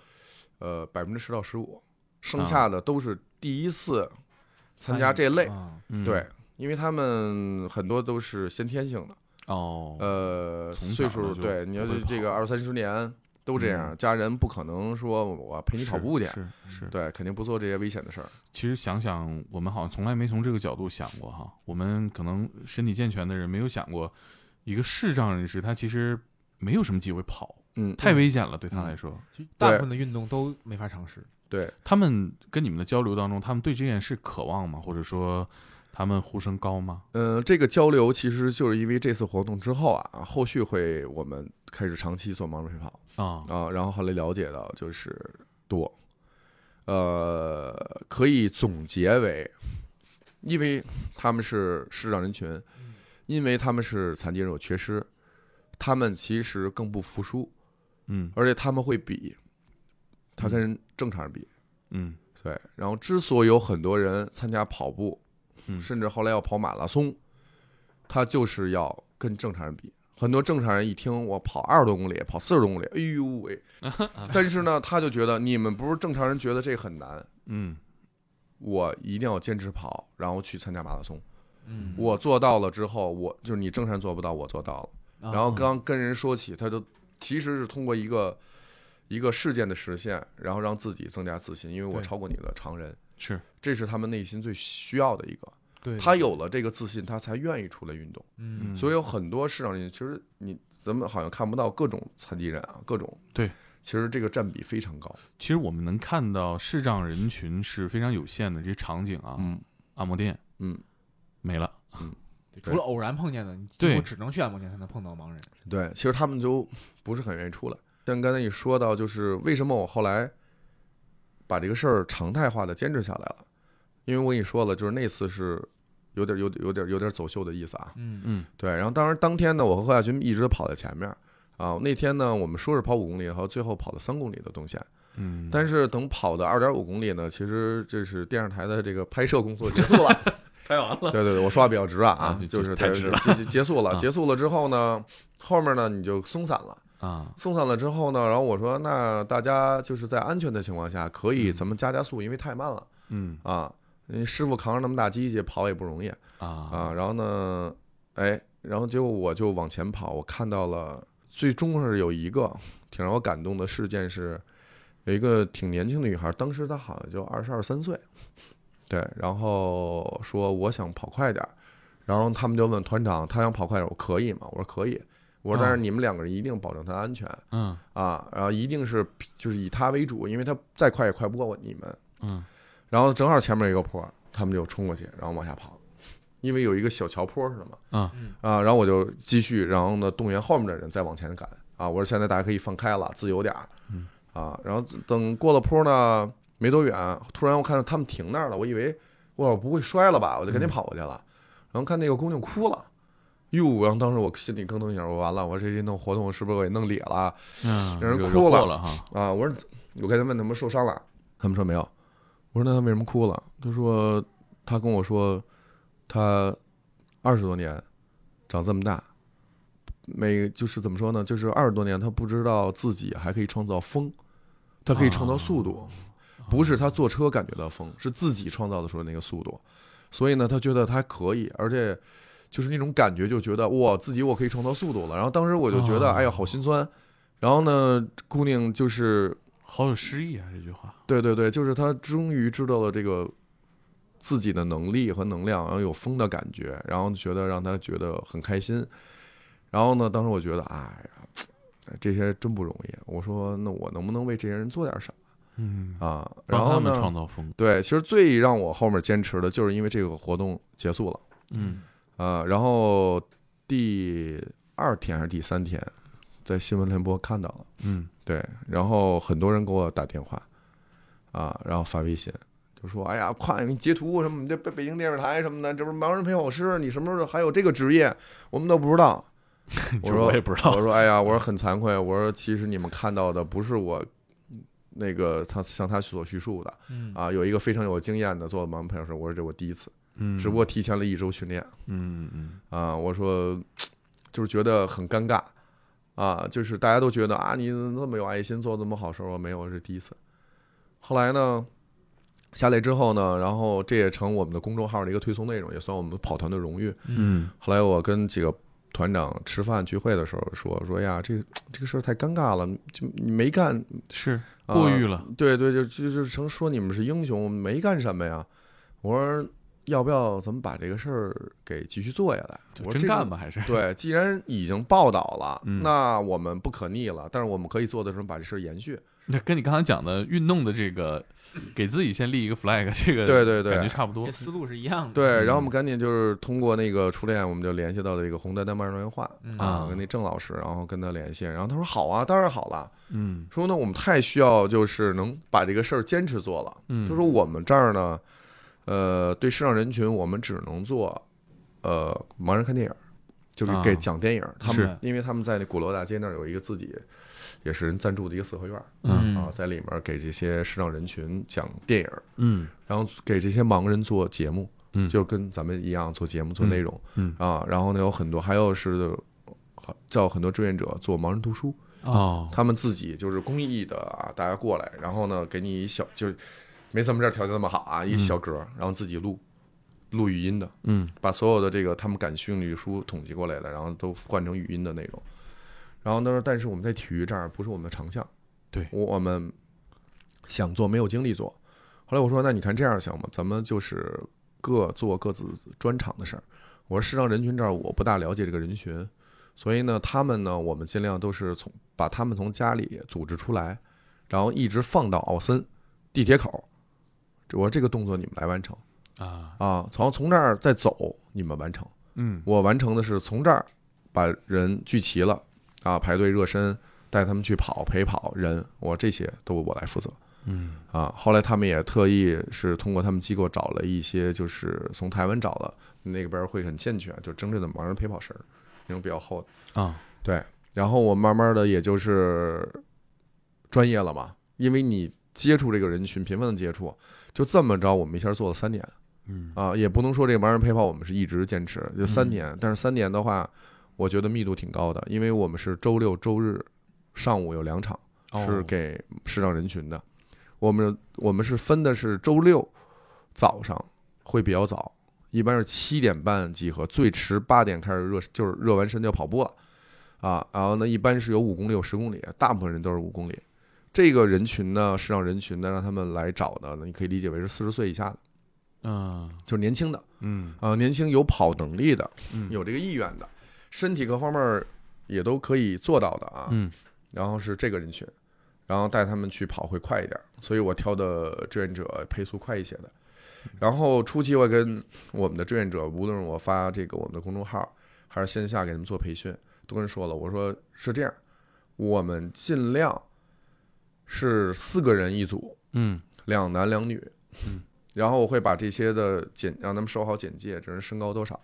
Speaker 2: 呃，百分之十到十五，剩
Speaker 1: 啊
Speaker 2: 下的都是第一次参加这类，
Speaker 3: 啊
Speaker 1: 嗯
Speaker 2: 对，，因为他们很多都是先天性的，
Speaker 1: 哦，
Speaker 2: 呃，
Speaker 1: 从
Speaker 2: 岁
Speaker 1: 小呢
Speaker 2: 数
Speaker 1: 就
Speaker 2: 对，你要
Speaker 1: 不会
Speaker 2: 是这个
Speaker 1: 跑嗯
Speaker 2: 二三十年都这样，家人不可能说我陪你跑步去，
Speaker 1: 是是是。
Speaker 2: 对，肯定不做这些危险的事儿，
Speaker 1: 其实想想，我们好像从来没从这个角度想过哈。我们可能身体健全的人没有想过，一个视障人士他其实没有什么机会跑，
Speaker 2: 嗯，
Speaker 1: 太危险了，对他来说。
Speaker 3: 其实大部分的运动都没法尝试。
Speaker 2: 对，
Speaker 1: 他们跟你们的交流当中，他们对这件事渴望吗？或者说他们呼声高吗？
Speaker 2: 嗯，这个交流其实就是因为这次活动之后啊，后续会我们开始长期做盲人陪跑
Speaker 1: 啊，
Speaker 2: 啊，然后后来了解到就是多，呃，可以总结为，因为他们是视障人群，因为他们是残疾人有缺失，他们其实更不服输，
Speaker 1: 嗯
Speaker 2: 而且他们会比，他跟正常人比，
Speaker 1: 嗯
Speaker 2: 对，然后之所以有很多人参加跑步，
Speaker 1: 嗯
Speaker 2: 甚至后来要跑马拉松，他就是要跟正常人比。很多正常人一听我跑二十多公里，跑四十多公里，哎呦 喂！但是呢，他就觉得你们不是正常人，觉得这很难，
Speaker 1: 嗯
Speaker 2: 我一定要坚持跑，然后去参加马拉松。
Speaker 3: 嗯，
Speaker 2: 我做到了之后，我就是你正常人做不到，我做到了。
Speaker 3: 啊
Speaker 2: 然后刚跟人说起，他就其实是通过一个一个事件的实现，然后让自己增加自信，因为我
Speaker 3: 对
Speaker 2: 超过你的常人。
Speaker 1: 是
Speaker 2: 这是他们内心最需要的一个。
Speaker 3: 对
Speaker 2: 他有了这个自信，他才愿意出来运动。
Speaker 3: 嗯
Speaker 2: 所以有很多市场人，其实你咱们好像看不到各种残疾人啊，各种
Speaker 1: 对，
Speaker 2: 其实这个占比非常高。
Speaker 1: 其实我们能看到视障人群是非常有限的，这些场景啊，
Speaker 2: 嗯，
Speaker 1: 按摩店，
Speaker 2: 嗯，
Speaker 1: 没了，
Speaker 3: 对除了偶然碰见的，你几
Speaker 1: 对
Speaker 3: 乎只能去按摩店才能碰到盲人。
Speaker 2: 对，其实他们就不是很愿意出来。像刚才你说到，就是为什么我后来把这个事儿常态化的坚持下来了，因为我跟你说了，就是那次是有点有点有点有点走秀的意思啊，
Speaker 3: 嗯
Speaker 1: 嗯
Speaker 2: 对，然后当时当天呢，我和何亚军一直跑在前面儿啊。那天呢，我们说是跑五公里，然后最后跑了三公里的动线。
Speaker 1: 嗯，
Speaker 2: 但是等跑到二点五公里呢，其实这是电视台的这个拍摄工作结束了。
Speaker 1: 拍完了，
Speaker 2: 对对对，我说话比较直啊
Speaker 1: 啊
Speaker 2: 啊，
Speaker 1: 就
Speaker 2: 就是
Speaker 1: 太直了
Speaker 2: 结结结束了。
Speaker 1: 啊
Speaker 2: 结束了之后呢，后面呢你就松散了。
Speaker 1: 啊，
Speaker 2: 送上了之后呢，然后我说那大家就是在安全的情况下，可以咱们加加速，因为太慢了
Speaker 1: 嗯
Speaker 2: 啊。你师傅扛着那么大机器跑也不容易
Speaker 1: 啊
Speaker 2: 啊。然后呢，哎，然后结果我就往前跑，我看到了最终是有一个挺让我感动的事件是，有一个挺年轻的女孩，当时她好像就二十二三岁，对，然后说我想跑快点儿，然后他们就问团长，她想跑快点儿，我可以吗？我说可以，我说但是你们两个人一定保证她安全。
Speaker 1: 嗯
Speaker 2: 啊，然后一定是就是以他为主，因为他再快也快不过我你们。
Speaker 1: 嗯
Speaker 2: 然后正好前面有一个坡，他们就冲过去，然后往下跑，因为有一个小桥坡似的嘛。
Speaker 1: 啊
Speaker 2: 啊，然后我就继续，然后呢动员后面的人再往前赶啊。我说现在大家可以放开了，自由点儿。
Speaker 1: 嗯
Speaker 2: 啊，然后等过了坡呢，没多远，突然我看到他们停那儿了，我以为我不会摔了吧，我就
Speaker 1: 嗯
Speaker 2: 赶紧跑过去了。然后看那个姑娘哭了。哟，然后当时我心里咯噔一下，我完了，我这这弄活动是不是我也弄瘪了？
Speaker 1: 嗯，
Speaker 2: 让人
Speaker 1: 惹
Speaker 2: 哭
Speaker 1: 惹
Speaker 2: 了
Speaker 1: 祸了哈，
Speaker 2: 啊，我说我刚才问他们受伤了，他们说没有。我说那他为什么哭了？他说他跟我说，他二十多年长这么大，每就是怎么说呢？就是二十多年他不知道自己还可以创造风，他可以创造速度，不是他坐车感觉到风，是自己创造的时候那个速度。所以呢，他觉得他还可以，而且就是那种感觉，就觉得哇，自己我可以创造速度了。然后当时我就觉得，
Speaker 1: 哦
Speaker 2: 哎呀，好心酸。然后呢，姑娘就是
Speaker 1: 好有诗意啊这句话，
Speaker 2: 对对对，就是他终于知道了这个自己的能力和能量，然后有风的感觉，然后觉得让他觉得很开心。然后呢，当时我觉得，哎呀，这些人真不容易。我说，那我能不能为这些人做点什
Speaker 1: 嗯，
Speaker 2: 么啊？然
Speaker 1: 帮他
Speaker 2: 后
Speaker 1: 们创
Speaker 2: 呢，
Speaker 1: 造风，
Speaker 2: 对，其实最让我后面坚持的就是因为这个活动结束了，
Speaker 1: 嗯
Speaker 2: 啊，然后第二天还是第三天，在新闻联播看到了。
Speaker 1: 嗯
Speaker 2: 对，然后很多人给我打电话，啊，然后发微信，就说：“哎呀，快，你截图什么？你这北北京电视台什么的，这不是盲人陪跑师？你什么时候还有这个职业？我们都不知 道。”我
Speaker 1: 说
Speaker 2: 说：“
Speaker 1: 嗯我也不知道
Speaker 2: 我说：“哎呀，我说很惭愧，我说其实你们看到的不是我。”那个他像他所叙述的
Speaker 3: 嗯
Speaker 2: 啊，有一个非常有经验的做盲人陪跑师，我说这我第一次，
Speaker 1: 嗯，
Speaker 2: 只不过提前了一周训练，
Speaker 1: 嗯嗯
Speaker 2: 啊，我说就是觉得很尴尬啊，就是大家都觉得啊，你这么有爱心，做这么好事儿，我没有，我是第一次。后来呢，下来之后呢，然后这也成我们的公众号的一个推送内容，也算我们跑团的荣誉。
Speaker 1: 嗯
Speaker 2: 后来我跟几个团长吃饭聚会的时候说说呀，这这个事儿太尴尬了，就你没干，
Speaker 1: 嗯，是
Speaker 2: 啊
Speaker 1: 过誉了，
Speaker 2: 对对，就就就成说你们是英雄，没干什么呀。我说要不要咱们把这个事儿给继续做下来？
Speaker 1: 就
Speaker 2: 我说
Speaker 1: 真
Speaker 2: 这个
Speaker 1: 干吧还是，
Speaker 2: 对，既然已经报道了，
Speaker 1: 嗯
Speaker 2: 那我们不可逆了，但是我们可以做的是把这事儿延续。
Speaker 1: 那跟你刚才讲的运动的这个，给自己先立一个 flag，这个
Speaker 2: 对对对
Speaker 1: 感觉差不多
Speaker 3: 这，思路是一样的。
Speaker 2: 对，然后我们赶紧就是通过那个初恋，我们就联系到了一个红丹丹漫人文化
Speaker 3: 嗯
Speaker 2: 啊，跟那郑老师，然后跟他联系，然后他说好啊，当然好了，
Speaker 1: 嗯
Speaker 2: 说那我们太需要就是能把这个事儿坚持做了。
Speaker 1: 嗯，
Speaker 2: 他说我们这儿呢，呃，对视障人群，我们只能做呃盲人看电影儿，就是给
Speaker 1: 啊
Speaker 2: 讲电影儿。他
Speaker 1: 是
Speaker 2: 们因为他们在那鼓楼大街那儿有一个自己也是人赞助的一个四合院儿。
Speaker 1: 嗯
Speaker 2: 啊，在里面给这些视障人群讲电影儿，
Speaker 1: 嗯
Speaker 2: 然后给这些盲人做节目，
Speaker 1: 嗯，
Speaker 2: 就跟咱们一样做节目做内容，
Speaker 1: 嗯
Speaker 2: 啊，然后呢有很多，还有是好叫很多志愿者做盲人读书，
Speaker 1: 哦，
Speaker 2: 他们自己就是公益的啊，大家过来，然后呢给你一小就是没咱们这儿条件那么好啊，一小格儿，然后自己录录语音的，
Speaker 1: 嗯
Speaker 2: 把所有的这个他们感兴趣的书统计过来的，然后都换成语音的内容。然后呢，但是我们在体育这儿不是我们的长项，
Speaker 1: 对
Speaker 2: 我我们想做没有精力做。后来我说，那你看这样行吗？咱们就是各做各自专长的事儿。我说视障人群这儿我不大了解这个人群，所以呢，他们呢，我们尽量都是从把他们从家里组织出来，然后一直放到奥森地铁口。我说这个动作你们来完成。
Speaker 1: 啊
Speaker 2: 啊，从从这儿再走，你们完成。
Speaker 1: 嗯
Speaker 2: 我完成的是从这儿把人聚齐了啊，排队热身，带他们去跑陪跑人，我这些都我来负责
Speaker 1: 嗯
Speaker 2: 啊。后来他们也特意是通过他们机构找了一些，就是从台湾找的那边会很健全，就真正的盲人陪跑绳儿那种比较厚的。
Speaker 1: 啊
Speaker 2: 对，然后我慢慢的也就是专业了嘛，因为你接触这个人群，频繁的接触，就这么着，我们一下做了三年。
Speaker 1: 嗯
Speaker 2: 啊，也不能说这个盲人陪跑我们是一直坚持，就
Speaker 1: 嗯
Speaker 2: 三年。但是三年的话，我觉得密度挺高的，因为我们是周六周日上午有两场
Speaker 1: 哦
Speaker 2: 是给视障人群的。我们我们是分的是周六早上会比较早，一般是七点半集合，最迟八点开始热，就是热完身就要跑步了啊。然后呢，一般是有五公里、有十公里，大部分人都是五公里。这个人群呢，视障人群呢，让他们来找的，呢，你可以理解为是四十岁以下的，
Speaker 1: 嗯
Speaker 2: 就是年轻的。
Speaker 1: 嗯
Speaker 2: 啊，年轻有跑能力的，
Speaker 1: 嗯
Speaker 2: 有这个意愿的，身体各方面儿也都可以做到的啊。
Speaker 1: 嗯
Speaker 2: 然后是这个人群，然后带他们去跑会快一点儿，所以我挑的志愿者配速快一些的。
Speaker 1: 嗯
Speaker 2: 然后初期我跟我们的志愿者，无论是我发这个我们的公众号，还是线下给他们做培训，都跟人说了，我说是这样，我们尽量是四个人一组，
Speaker 1: 嗯
Speaker 2: 两男两女，然后我会把这些的简让他们收好简介，这人身高多少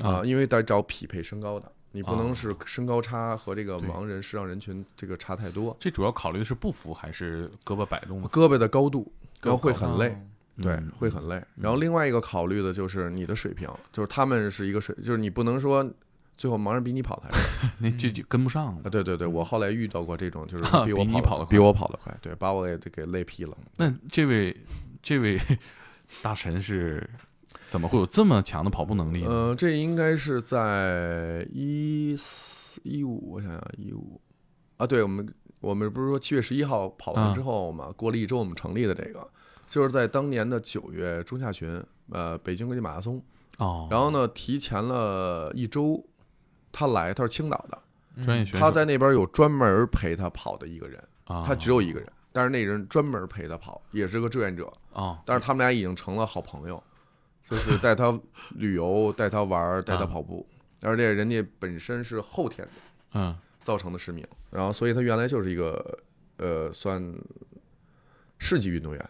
Speaker 2: 啊、因为得找匹配身高的，你不能
Speaker 1: 啊
Speaker 2: 是身高差和这个
Speaker 1: 对
Speaker 2: 盲人视障人群这个差太多，
Speaker 1: 这主要考虑的是不服还是胳膊摆动呢？
Speaker 2: 胳膊的高度，然后
Speaker 1: 嗯
Speaker 2: 会
Speaker 1: 胳膊高
Speaker 2: 很累，对
Speaker 1: 嗯，
Speaker 2: 会很累。然后另外一个考虑的就是你的水平，就是他们是一个水，就是你不能说。最后盲人比你跑得还快
Speaker 1: 那就就跟不上
Speaker 2: 啊！
Speaker 1: 了。
Speaker 2: 对对对，我后来遇到过这种，就是 比我
Speaker 1: 嗯比你跑
Speaker 2: 得
Speaker 1: 得
Speaker 2: 比
Speaker 1: 快
Speaker 2: 我跑得快，对，把我给给累劈了。
Speaker 1: 那这位这位 大神是怎么会有这么强的跑步能力呢？
Speaker 2: 呃，这应该是在一四一五，我想想一五啊，对我们我们不是说七月十一号跑完
Speaker 1: 啊
Speaker 2: 之后嘛，过了一周我们成立的这个，就是在当年的九月中下旬，呃，北京国际马拉松，
Speaker 1: 哦，
Speaker 2: 呃然后呢提前了一周，他来，他是青岛的，
Speaker 3: 嗯
Speaker 1: 专业选手
Speaker 2: 嗯他在那边有专门陪他跑的一个人，
Speaker 1: 啊，
Speaker 2: 他只有一个人，但是那人专门陪他跑，也是个志愿者，
Speaker 1: 哦，
Speaker 2: 但是他们俩已经成了好朋友，就是 带他旅游、带他玩儿、带他
Speaker 1: 啊
Speaker 2: 跑步，而且人家本身是后天的
Speaker 1: 嗯
Speaker 2: 造成的失明，然后所以他原来就是一个呃算市级运动员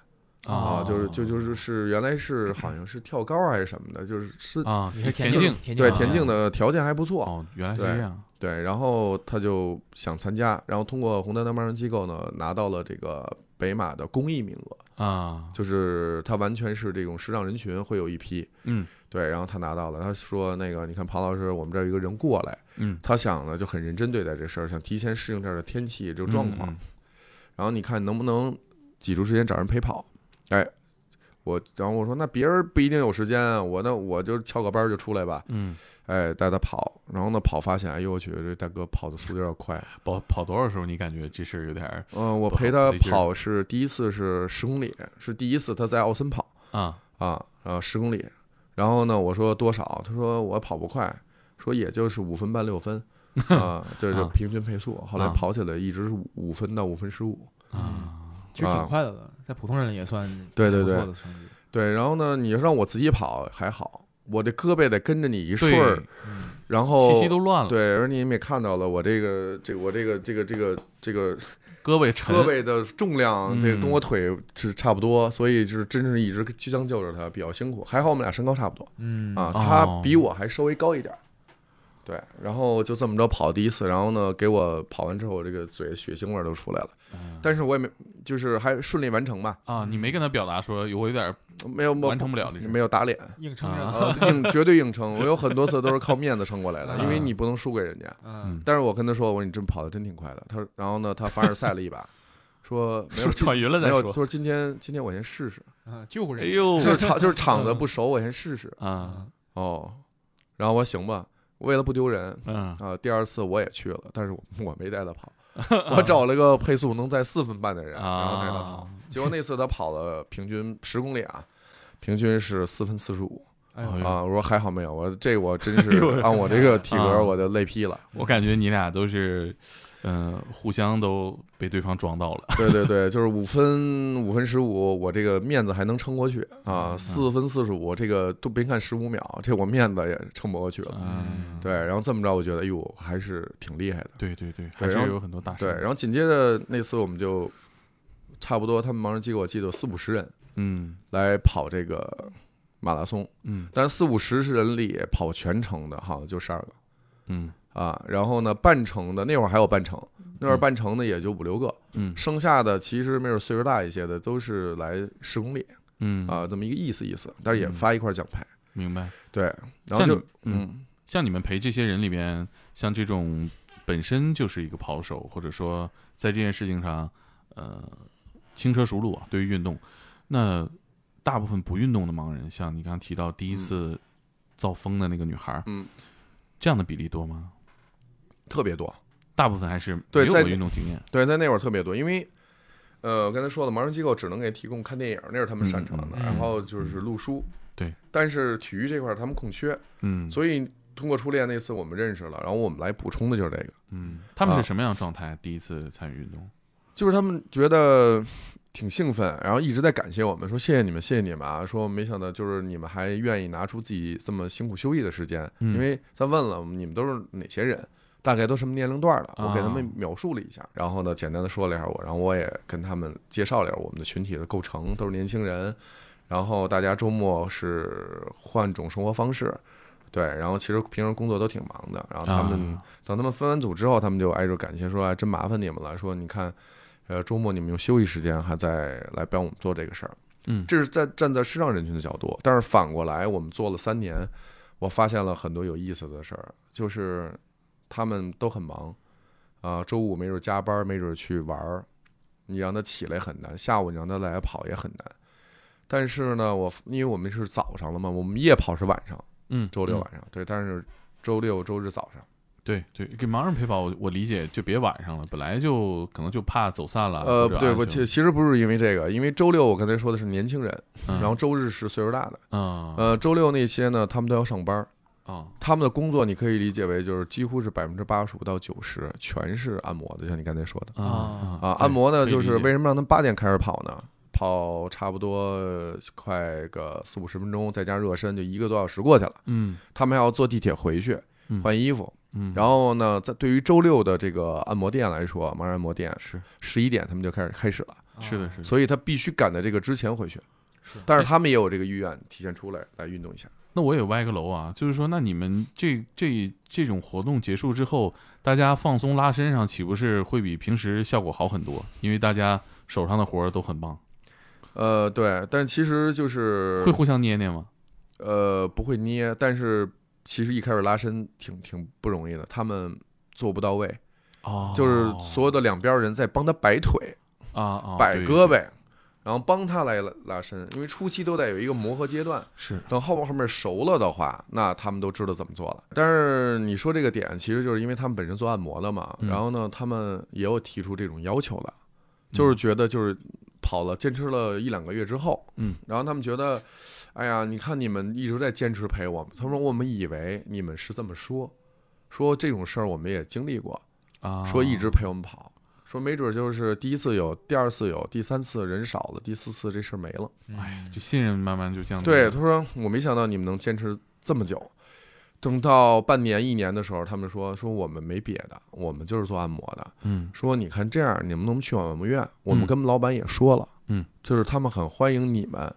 Speaker 2: 啊，
Speaker 1: 哦
Speaker 2: 就是就就是是原来是好像是跳高还是什么的，就是是
Speaker 1: 啊，
Speaker 3: 你是
Speaker 1: 田
Speaker 3: 径
Speaker 1: 径，
Speaker 3: 田
Speaker 2: 对
Speaker 1: 啊
Speaker 2: 田径的条件还不错，
Speaker 1: 哦，原来是这样，
Speaker 2: 对，然后他就想参加，然后通过红灯蓝盲人机构呢拿到了这个北马的公益名额，
Speaker 1: 啊，
Speaker 2: 就是他完全是这种视障人群会有一批。
Speaker 1: 嗯
Speaker 2: 对，然后他拿到了，他说那个，你看庞老师，我们这儿有一个人过来，
Speaker 1: 嗯，
Speaker 2: 他想呢就很认真对待这事儿，想提前适应这儿的天气这个状况，
Speaker 1: 嗯，
Speaker 2: 然后你看能不能挤出时间找人陪跑？哎，我然后我说那别人不一定有时间啊，我那我就翘个班儿就出来吧，
Speaker 1: 嗯，
Speaker 2: 哎，带他跑，然后呢跑发现，哎呦我去，这大哥跑的速度有点快，
Speaker 1: 嗯跑跑多少时候你感觉这事儿有点儿
Speaker 2: 嗯，我
Speaker 1: 不好
Speaker 2: 陪他
Speaker 1: 没劲儿
Speaker 2: 跑是第一次是十公里，是第一次他在奥森跑。
Speaker 1: 啊
Speaker 2: 啊，呃，十公里。然后呢，我说多少？他说我跑不快，说也就是五分半 六分啊，这就
Speaker 1: 啊
Speaker 2: 平均配速。后来
Speaker 1: 啊
Speaker 2: 跑起来一直是五五分到五分十五。
Speaker 1: 啊
Speaker 3: 其实
Speaker 2: 啊
Speaker 3: 挺快乐的，在普通人里也算
Speaker 2: 对对
Speaker 3: 不
Speaker 2: 对
Speaker 3: 错的成绩。
Speaker 2: 对，然后呢，你让我自己跑还好，我这胳膊得跟着你一顺
Speaker 1: 对，
Speaker 2: 儿，
Speaker 3: 嗯
Speaker 2: 然后
Speaker 1: 气息都乱了，
Speaker 2: 对，而你们也看到了，我这个这我这个这个这个这个
Speaker 1: 胳膊沉，
Speaker 2: 胳膊的重
Speaker 1: 嗯
Speaker 2: 量，这个跟我腿是差不多，所以就是真是一直就将就着他，比较辛苦。还好我们俩身高差不多。
Speaker 3: 嗯
Speaker 2: 啊，
Speaker 1: 哦
Speaker 2: 他比我还稍微高一点儿。对，然后就这么着跑第一次，然后呢，给我跑完之后，这个嘴血腥味儿都出来了，但是我也没，就是还顺利完成吧，
Speaker 1: 啊，你没跟他表达说有我有点 儿
Speaker 2: 没有
Speaker 1: 完成不了这事
Speaker 2: 没有打脸，
Speaker 3: 硬撑
Speaker 1: 啊
Speaker 3: 着，
Speaker 2: 呃， 硬绝对硬撑，我有很多次都是靠面子撑过来的，因为你不能输给人家。
Speaker 3: 嗯，
Speaker 2: 但是我跟他说，我说你真跑的真挺快的，他说，然后呢，他凡尔赛了一把，说没有
Speaker 1: 说
Speaker 2: 今
Speaker 1: 喘匀了
Speaker 2: 没
Speaker 1: 再
Speaker 2: 有，
Speaker 1: 说，
Speaker 2: 说今天今天我先试试，
Speaker 3: 啊，救护
Speaker 1: 哎
Speaker 3: 人，，
Speaker 1: 呦
Speaker 2: 就是场就是场子
Speaker 1: 嗯
Speaker 2: 不熟，我先试试
Speaker 1: 啊
Speaker 2: 哦，然后我说行吧，为了不丢人，
Speaker 1: 嗯
Speaker 2: 啊，第二次我也去了，但是我我没带 他跑，我找了个配速能在四分半的人，然后带他跑
Speaker 1: 啊。
Speaker 2: 结果那次他跑了平均十公里啊，平均是四分四十五
Speaker 3: 哎
Speaker 1: 哎
Speaker 3: 呦，
Speaker 1: 呦
Speaker 2: 啊。我说还好没有，我这我 真
Speaker 1: 哎呦
Speaker 2: 是按我这个体格
Speaker 1: 啊
Speaker 2: 我就累 劈了。
Speaker 1: 我感觉你俩都是，嗯，互相都被对方撞到了，
Speaker 2: 对对对，就是五分五分十五，我这个面子还能撑过去
Speaker 1: 嗯
Speaker 2: 啊。四分四十五，这个都别看十五秒，这我面子也撑不过去了。
Speaker 1: 嗯，
Speaker 2: 对，然后这么着，我觉得哎呦，还是挺厉害的。
Speaker 1: 对对对，还是
Speaker 2: 然后
Speaker 1: 有很多大神
Speaker 2: 对，，然后紧接着那次我们就差不多，他们盲人机构我记得有四五十人
Speaker 1: 嗯
Speaker 2: 来跑这个马拉松，
Speaker 1: 嗯
Speaker 2: 但四五十人里跑全程的好像就十二个
Speaker 1: 嗯
Speaker 2: 啊，然后呢半程的那会儿还有半程，那会儿
Speaker 1: 嗯
Speaker 2: 半程的也就五六个，
Speaker 1: 嗯
Speaker 2: 剩下的其实没准岁数大一些的都是来十公里
Speaker 1: 嗯，
Speaker 2: 啊，这么一个意思意思，但是也
Speaker 1: 嗯
Speaker 2: 发一块奖牌，
Speaker 1: 明白。
Speaker 2: 对，然后
Speaker 1: 像嗯
Speaker 2: 就嗯
Speaker 1: 你嗯像你们陪这些人里边，像这种本身就是一个跑手，或者说在这件事情上，呃，轻车熟路啊。对于运动，那大部分不运动的盲人，像你刚刚提到第一次造风的那个女孩，
Speaker 2: 嗯，
Speaker 1: 这样的比例多吗？
Speaker 2: 特别多。
Speaker 1: 大部分还是没
Speaker 2: 对
Speaker 1: 有
Speaker 2: 在
Speaker 1: 过运动经验，
Speaker 2: 对，在那会儿特别多，因为，呃，我刚才说了，盲人机构只能给提供看电影，那是他们擅长的，
Speaker 3: 嗯嗯
Speaker 2: 然后就是录书，
Speaker 1: 对，
Speaker 2: 但是体育这块儿他们空缺，
Speaker 1: 嗯，
Speaker 2: 所以通过初恋那次我们认识了，然后我们来补充的就是这个，
Speaker 1: 嗯，他们
Speaker 2: 啊嗯
Speaker 1: 是什么样的状态？第一次参与运动，
Speaker 2: 就是他们觉得挺兴奋，然后一直在感谢我们，说谢谢你们，谢谢你们啊，说没想到就是你们还愿意拿出自己这么辛苦修艺的时间，
Speaker 1: 嗯
Speaker 2: 因为他问了你们都是哪些人。大概都什么年龄段的？我给他们
Speaker 1: 啊
Speaker 2: 描述了一下，然后呢，简单的说了一下我，然后我也跟他们介绍了一下我们的群体的构成，都是年轻人，然后大家周末是换种生活方式，对，然后其实平时工作都挺忙的，然后他们
Speaker 1: 啊
Speaker 2: 等他们分完组之后，他们就挨着感谢说：“哎，真麻烦你们了。说你看，呃，周末你们用休息时间还在来帮我们做这个事儿。”
Speaker 1: 嗯
Speaker 2: 这是在站在视障人群的角度，但是反过来，我们做了三年，我发现了很多有意思的事儿，就是他们都很忙，啊、周五没准加班，没准去玩儿，你让他起来很难，下午你让他来跑也很难。但是呢，我因为我们是早上了嘛，我们夜跑是晚上，
Speaker 1: 嗯，
Speaker 2: 周六啊
Speaker 1: 嗯
Speaker 2: 晚上，对，但是周六周日早上。
Speaker 1: 对对，给盲人陪跑，我我理解就别晚上了，本来就可能就怕走散了。
Speaker 2: 呃，
Speaker 1: 或者
Speaker 2: 不对，
Speaker 1: 啊安
Speaker 2: 我
Speaker 1: 全
Speaker 2: 其其实不是因为这个，因为周六我刚才说的是年轻人，
Speaker 1: 嗯
Speaker 2: 然后周日是岁数大的。
Speaker 1: 啊
Speaker 2: 呃，周六那些呢，他们都要上班儿，
Speaker 1: 啊
Speaker 2: 他们的工作你可以理解为就是几乎是百分之八十五到九十全是按摩的，像你刚才说的
Speaker 1: 啊
Speaker 2: 啊。按摩呢，
Speaker 1: 可以
Speaker 2: 就
Speaker 1: 理
Speaker 2: 是
Speaker 1: 解
Speaker 2: 为什么让他们八点开始跑呢？跑差不多呃快个四五十分钟，再加热身，就一个多小时过去了。
Speaker 1: 嗯
Speaker 2: 他们还要坐地铁回去
Speaker 1: 嗯
Speaker 2: 换衣服，
Speaker 1: 嗯，
Speaker 2: 然后呢，在对于周六的这个按摩店来说，盲人按摩店
Speaker 1: 是
Speaker 2: 十一点他们就开始开始了。
Speaker 3: 啊
Speaker 1: 是的是的。
Speaker 2: 所以他必须赶在这个之前回去。
Speaker 3: 是
Speaker 2: 但是他们也有这个意愿，提前出来来运动一下。
Speaker 1: 那我也歪个楼啊，就是说，那你们这这这种活动结束之后，大家放松拉伸上，岂不是会比平时效果好很多？因为大家手上的活儿都很棒，
Speaker 2: 呃，对，但其实就是
Speaker 1: 会互相捏捏吗？
Speaker 2: 呃不会捏，但是其实一开始拉伸挺挺不容易的，他们做不到位，
Speaker 1: 哦
Speaker 2: 就是所有的两边人在帮他摆腿、
Speaker 1: 啊啊，
Speaker 2: 摆
Speaker 1: 对
Speaker 2: 胳膊，然后帮他来拉拉伸，因为初期都得有一个磨合阶段。
Speaker 1: 是
Speaker 2: 等后面后面熟了的话，那他们都知道怎么做了。但是你说这个点，其实就是因为他们本身做按摩的嘛，
Speaker 1: 嗯
Speaker 2: 然后呢，他们也有提出这种要求的，就是觉得就是跑了坚持了一两个月之后，
Speaker 1: 嗯，
Speaker 2: 然后他们觉得，哎呀，你看你们一直在坚持陪我们，他说我们以为你们是这么说，说这种事儿我们也经历过，
Speaker 1: 啊，
Speaker 2: 说一直陪我们跑。说没准就是第一次有，第二次有，第三次人少了，第四次这事儿没了。
Speaker 3: 嗯
Speaker 1: 哎，就信任慢慢就降低
Speaker 2: 对，
Speaker 1: 了。
Speaker 2: 他说我没想到你们能坚持这么久。等到半年、一年的时候，他们说说我们没别的，我们就是做按摩的。
Speaker 1: 嗯
Speaker 2: 说你看这样，你们能不能去我们按摩院？我们
Speaker 1: 嗯
Speaker 2: 跟老板也说了，
Speaker 1: 嗯，
Speaker 2: 就是他们很欢迎你们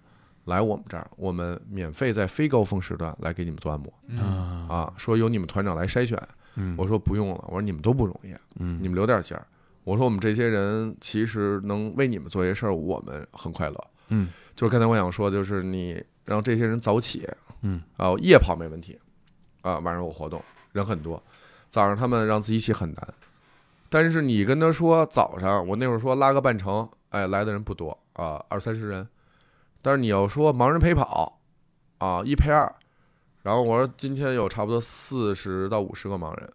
Speaker 2: 来我们这儿，我们免费在非高峰时段来给你们做按摩
Speaker 3: 嗯
Speaker 1: 啊
Speaker 2: 啊。说由你们团长来筛选，
Speaker 1: 嗯，
Speaker 2: 我说不用了，我说你们都不容易，
Speaker 1: 嗯
Speaker 2: 你们留点劲儿。我说我们这些人其实能为你们做些事儿，我们很快乐。
Speaker 1: 嗯
Speaker 2: 就是刚才我想说，就是你让这些人早起，
Speaker 1: 嗯
Speaker 2: 啊，夜跑没问题，啊，晚上有活动，人很多，早上他们让自己起很难，但是你跟他说早上，我那会儿说拉个半程，哎，来的人不多啊，二三十人，但是你要说盲人陪跑，啊，一陪二，然后我说今天有差不多四十到五十个盲人，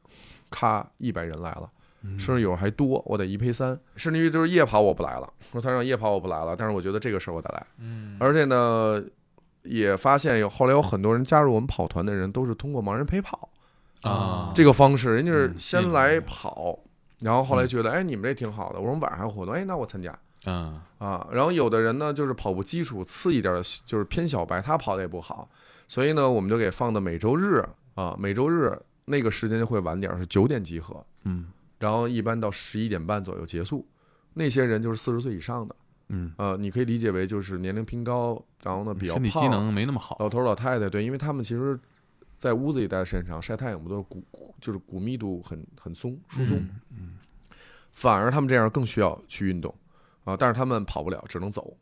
Speaker 2: 咔，一百人来了。
Speaker 1: 嗯
Speaker 2: 甚至有时候还多，我得一赔三，甚至于就是夜跑我不来了，说他让夜跑我不来了，但是我觉得这个事儿我得来，
Speaker 3: 嗯，
Speaker 2: 而且呢，也发现有后来有很多人加入我们跑团的人都是通过盲人陪跑
Speaker 1: 啊，
Speaker 2: 这个方式，人家是
Speaker 1: 嗯
Speaker 2: 先
Speaker 1: 嗯
Speaker 2: 来
Speaker 1: 嗯
Speaker 2: 跑，然后后来觉得哎你们这挺好的，我说我们晚上还有活动，哎那我参加
Speaker 1: 嗯
Speaker 2: 啊，然后有的人呢就是跑步基础次一点的，就是偏小白，他跑的也不好，所以呢我们就给放的每周日啊，每周日那个时间就会晚点儿，是九点集合，
Speaker 1: 嗯
Speaker 2: 然后一般到十一点半左右结束。那些人就是四十岁以上的，
Speaker 1: 嗯，
Speaker 2: 呃，你可以理解为就是年龄偏高，然后呢比较
Speaker 1: 身体机
Speaker 2: 胖，
Speaker 1: 能没那么好
Speaker 2: 老头儿老太太，对，因为他们其实，在屋子里待的时间长，晒太阳不都是骨骨就是骨密度很很松疏松，
Speaker 1: 嗯
Speaker 2: 反而他们这样更需要去运动啊，但是他们跑不了，只能走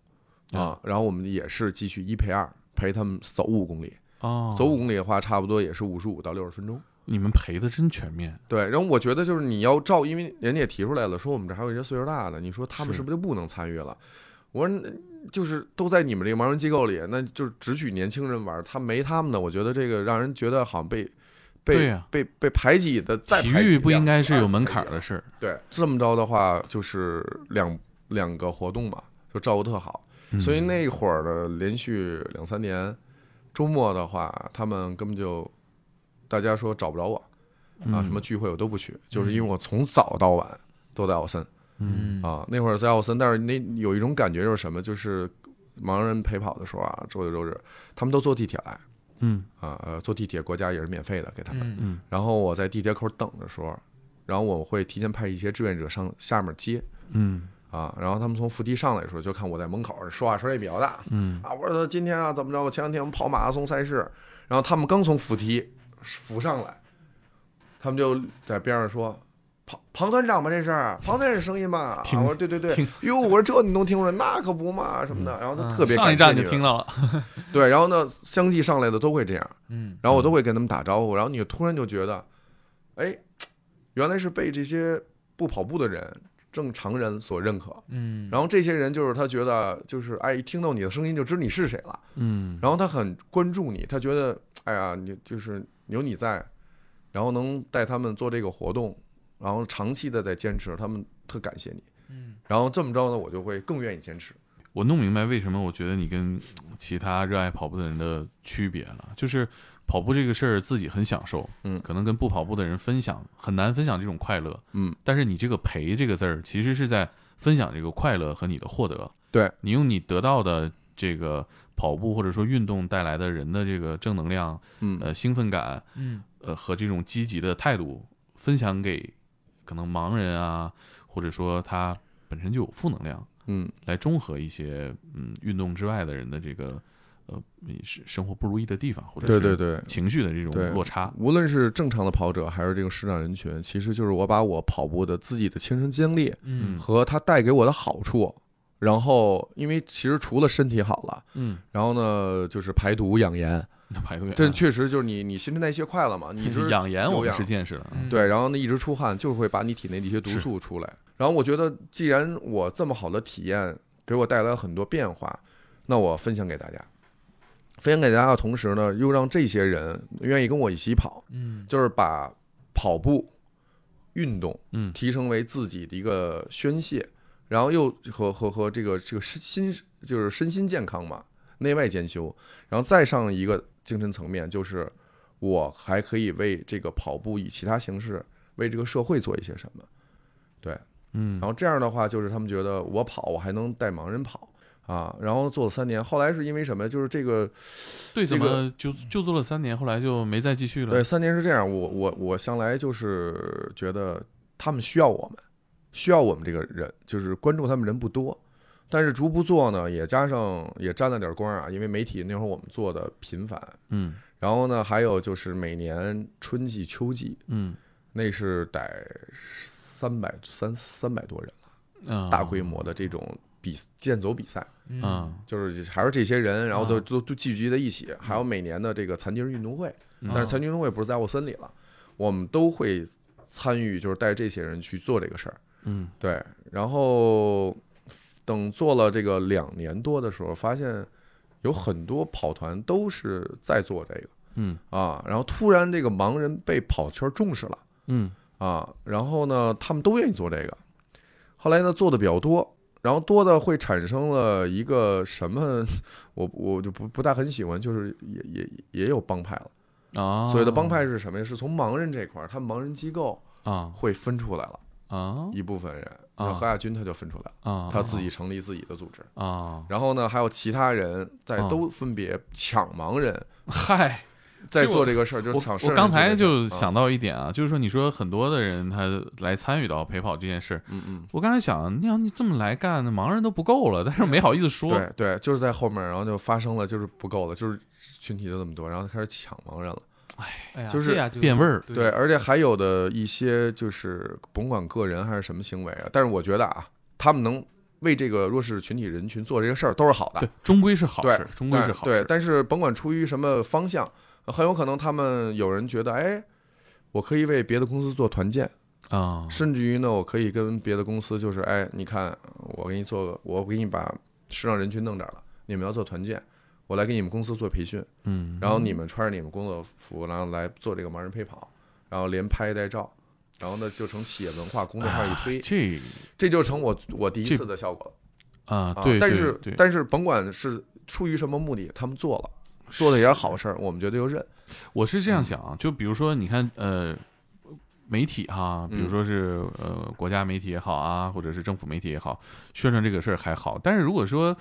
Speaker 1: 嗯
Speaker 2: 啊。然后我们也是继续一陪二，陪他们走五公里，
Speaker 1: 哦，
Speaker 2: 走五公里的话，差不多也是五十五到六十分钟。
Speaker 1: 你们陪的真全面，
Speaker 2: 对，然后我觉得就是你要照，因为人家也提出来了，说我们这还有一些岁数大的，你说他们
Speaker 1: 是
Speaker 2: 是不是就不能参与了？我说那就是都在你们这个盲人机构里，那就是只许年轻人玩，他没他们的，我觉得这个让人觉得好像被
Speaker 1: 对
Speaker 2: 被、
Speaker 1: 呀
Speaker 2: 被被排挤的。再
Speaker 1: 体
Speaker 2: 排挤啊
Speaker 1: 育不
Speaker 2: 两
Speaker 1: 应该
Speaker 2: 次
Speaker 1: 是
Speaker 2: 二
Speaker 1: 有
Speaker 2: 次
Speaker 1: 门
Speaker 2: 排
Speaker 1: 槛
Speaker 2: 挤
Speaker 1: 儿的事儿。
Speaker 2: 对，这么着的话就是两两个活动吧，就照顾特好。
Speaker 1: 嗯
Speaker 2: 所以那会儿的连续两三年，周末的话，他们根本就大家说找不着我啊，
Speaker 1: 嗯
Speaker 2: 什么聚会我都不去，就是因为我从早到晚都在奥森
Speaker 1: 嗯
Speaker 2: 啊。那会儿在奥森，但是那有一种感觉就是什么，就是盲人陪跑的时候啊，周六周日他们都坐地铁来
Speaker 1: 嗯
Speaker 2: 啊，呃，坐地铁国家也是免费的给他们。
Speaker 3: 嗯
Speaker 1: 嗯
Speaker 2: 然后我在地铁口等的时候，然后我会提前派一些志愿者上下面接
Speaker 1: 嗯
Speaker 2: 啊，然后他们从扶梯上来的时候，就看我在门口说话声也比较大
Speaker 1: 嗯
Speaker 2: 啊，我说今天啊怎么着，我前两天我们跑马拉松赛事，然后他们刚从扶梯扶上来，他们就在边上说。庞庞团长吧，这是庞团长声音吧？啊，
Speaker 1: 听
Speaker 2: 我说对对对
Speaker 1: 听，嗯
Speaker 2: 哟，我说这你能听出来，那可不嘛什么的。然后他特别
Speaker 1: 上一
Speaker 2: 感谢
Speaker 1: 站就
Speaker 2: 你们
Speaker 1: 听到了，
Speaker 2: 对，然后呢，相继上来的都会这样，
Speaker 3: 嗯
Speaker 2: 然后我都会跟他们打招呼，然后你就突然就觉得，哎，原来是被这些不跑步的人、正常人所认可。
Speaker 3: 嗯，
Speaker 2: 然后这些人就是他觉得就是哎，一听到你的声音就知你是谁了，
Speaker 1: 嗯
Speaker 2: 然后他很关注你，他觉得哎呀，你就是有你在，然后能带他们做这个活动，然后长期的在坚持，他们特感谢你。
Speaker 3: 嗯，
Speaker 2: 然后这么着呢，我就会更愿意坚持。
Speaker 1: 我弄明白为什么我觉得你跟其他热爱跑步的人的区别了，就是跑步这个事儿自己很享受，
Speaker 2: 嗯
Speaker 1: 可能跟不跑步的人分享很难分享这种快乐，
Speaker 2: 嗯，
Speaker 1: 但是你这个陪这个字儿其实是在分享这个快乐和你的获得，
Speaker 2: 对
Speaker 1: 你用你得到的这个跑步或者说运动带来的人的这个正能量、
Speaker 2: 嗯，
Speaker 1: 呃兴奋感、
Speaker 3: 嗯
Speaker 1: 呃和这种积极的态度分享给可能盲人啊，或者说他本身就有负能量。
Speaker 2: 嗯，
Speaker 1: 来中和一些嗯运动之外的人的这个呃生生活不如意的地方，或者
Speaker 2: 对
Speaker 1: 是
Speaker 2: 对对，
Speaker 1: 情绪的这
Speaker 2: 对
Speaker 1: 种落差。
Speaker 2: 无论是正常的跑者，还是这个视障人群，其实就是我把我跑步的自己的亲身经历
Speaker 3: 嗯
Speaker 2: 和它带给我的好处，然后因为其实除了身体好了，
Speaker 1: 嗯，
Speaker 2: 然后呢就是排毒养颜，
Speaker 1: 那排队
Speaker 2: 这确实就是你你新陈代谢快了嘛，你就是
Speaker 1: 养颜我
Speaker 2: 有
Speaker 1: 们
Speaker 2: 氧
Speaker 1: 是见识了，
Speaker 3: 嗯
Speaker 2: 对，然后呢一直出汗，就是会把你体内的一些毒
Speaker 1: 是
Speaker 2: 素出来。然后我觉得，既然我这么好的体验给我带来了很多变化，那我分享给大家。分享给大家的同时呢，又让这些人愿意跟我一起跑，
Speaker 3: 嗯
Speaker 2: 就是把跑步运动
Speaker 1: 嗯
Speaker 2: 提升为自己的一个宣泄，然后又和和和这个这个身心就是身心健康嘛，内外兼修，然后再上一个精神层面，就是我还可以为这个跑步以其他形式为这个社会做一些什么，
Speaker 1: 嗯
Speaker 2: 然后这样的话，就是他们觉得我跑，我还能带盲人跑。啊，然后做了三年，后来是因为什么？就是这个，
Speaker 1: 对，怎
Speaker 2: 这个
Speaker 1: 么就就做了三年，后来就没再继续了
Speaker 2: 对，？三年是这样，我我我向来就是觉得他们需要我们，需要我们这个人，就是关注他们人不多，但是逐步做呢，也加上也沾了点光啊，因为媒体那会儿我们做的频繁，
Speaker 1: 嗯
Speaker 2: 然后呢，还有就是每年春季、秋季，
Speaker 1: 嗯
Speaker 2: 那是得三百三三百多人了，
Speaker 1: 啊，
Speaker 2: 大规模的这种比健走比赛，
Speaker 3: 嗯
Speaker 1: 啊，
Speaker 2: 就是还是这些人，然后都
Speaker 1: 啊
Speaker 2: 都都聚集在一起，还有每年的这个残疾人运动会。
Speaker 1: 嗯
Speaker 2: 但是参军会不是在沃森里了，我们都会参与，就是带这些人去做这个事儿。
Speaker 1: 嗯
Speaker 2: 对，然后等做了这个两年多的时候，发现有很多跑团都是在做这个
Speaker 1: 嗯
Speaker 2: 啊，然后突然这个盲人被跑圈重视了
Speaker 1: 嗯
Speaker 2: 啊，然后呢，他们都愿意做这个。后来呢，做的比较多。然后多的会产生了一个什么， 我我就不不大很喜欢，就是也也也有帮派了。
Speaker 1: 啊，
Speaker 2: 所谓的帮派是什么呀？是从盲人这块儿，他们盲人机构
Speaker 1: 啊
Speaker 2: 会分出来了
Speaker 1: 啊
Speaker 2: 一部分人。
Speaker 1: 啊
Speaker 2: 像何亚军他就分出来了，
Speaker 1: 啊，
Speaker 2: 他自己成立自己的组织。
Speaker 1: 啊，
Speaker 2: 然后呢，还有其他人在
Speaker 1: 啊
Speaker 2: 都分别抢盲人，
Speaker 1: 嗨，
Speaker 2: 在
Speaker 1: 我
Speaker 2: 做这个事儿，就是
Speaker 1: 我
Speaker 2: 抢
Speaker 1: 我
Speaker 2: 圣人
Speaker 1: 刚
Speaker 2: 做这
Speaker 1: 才
Speaker 2: 个事儿
Speaker 1: 就想，
Speaker 2: 啊
Speaker 1: 到一点啊，就是说你说很多的人他来参与到陪跑这件事，
Speaker 2: 嗯嗯，
Speaker 1: 我刚才想，你要你这么来干，盲人都不够了，但是没好意思说。
Speaker 2: 嗯对对，就是在后面，然后就发生了，就是不够了，就是群体就这么多，然后开始抢盲人了。
Speaker 3: 哎呀，
Speaker 2: 就是
Speaker 3: 这样就
Speaker 1: 变味儿
Speaker 2: 对，，啊而且还有的一些就是甭管个人还是什么行为啊，但是我觉得啊，他们能为这个弱势群体人群做这个事儿都是好的
Speaker 1: 对。，终归是好
Speaker 2: 对
Speaker 1: 事，终归是
Speaker 2: 但
Speaker 1: 好
Speaker 2: 对
Speaker 1: 事。，
Speaker 2: 呃但是甭管出于什么方向，很有可能他们有人觉得，哎，我可以为别的公司做团建，
Speaker 1: 啊，
Speaker 2: 甚至于呢，我可以跟别的公司就是，哎，你看，我给你做个，我给你把市场人群弄这儿了，你们要做团建，我来给你们公司做培训，
Speaker 1: 嗯，
Speaker 2: 然后你们穿着你们工作服，然后来做这个盲人陪跑，然后连拍带照，然后呢就成企业文化公众号一推，
Speaker 1: 啊这
Speaker 2: 这就成我我第一
Speaker 1: 这
Speaker 2: 次的效果
Speaker 1: 啊，
Speaker 2: 了啊
Speaker 1: 对，！
Speaker 2: 但
Speaker 1: 对
Speaker 2: 是
Speaker 1: 对
Speaker 2: 但是甭管是出于什么目的，他们做了，做的也是好事儿，我们觉得就认，
Speaker 1: 我是
Speaker 2: 嗯
Speaker 1: 这样想啊，就比如说，你看，呃，媒体哈，比如
Speaker 2: 嗯
Speaker 1: 说是呃国家媒体也好啊，或者是政府媒体也好，宣传这个事儿还好，但是如果说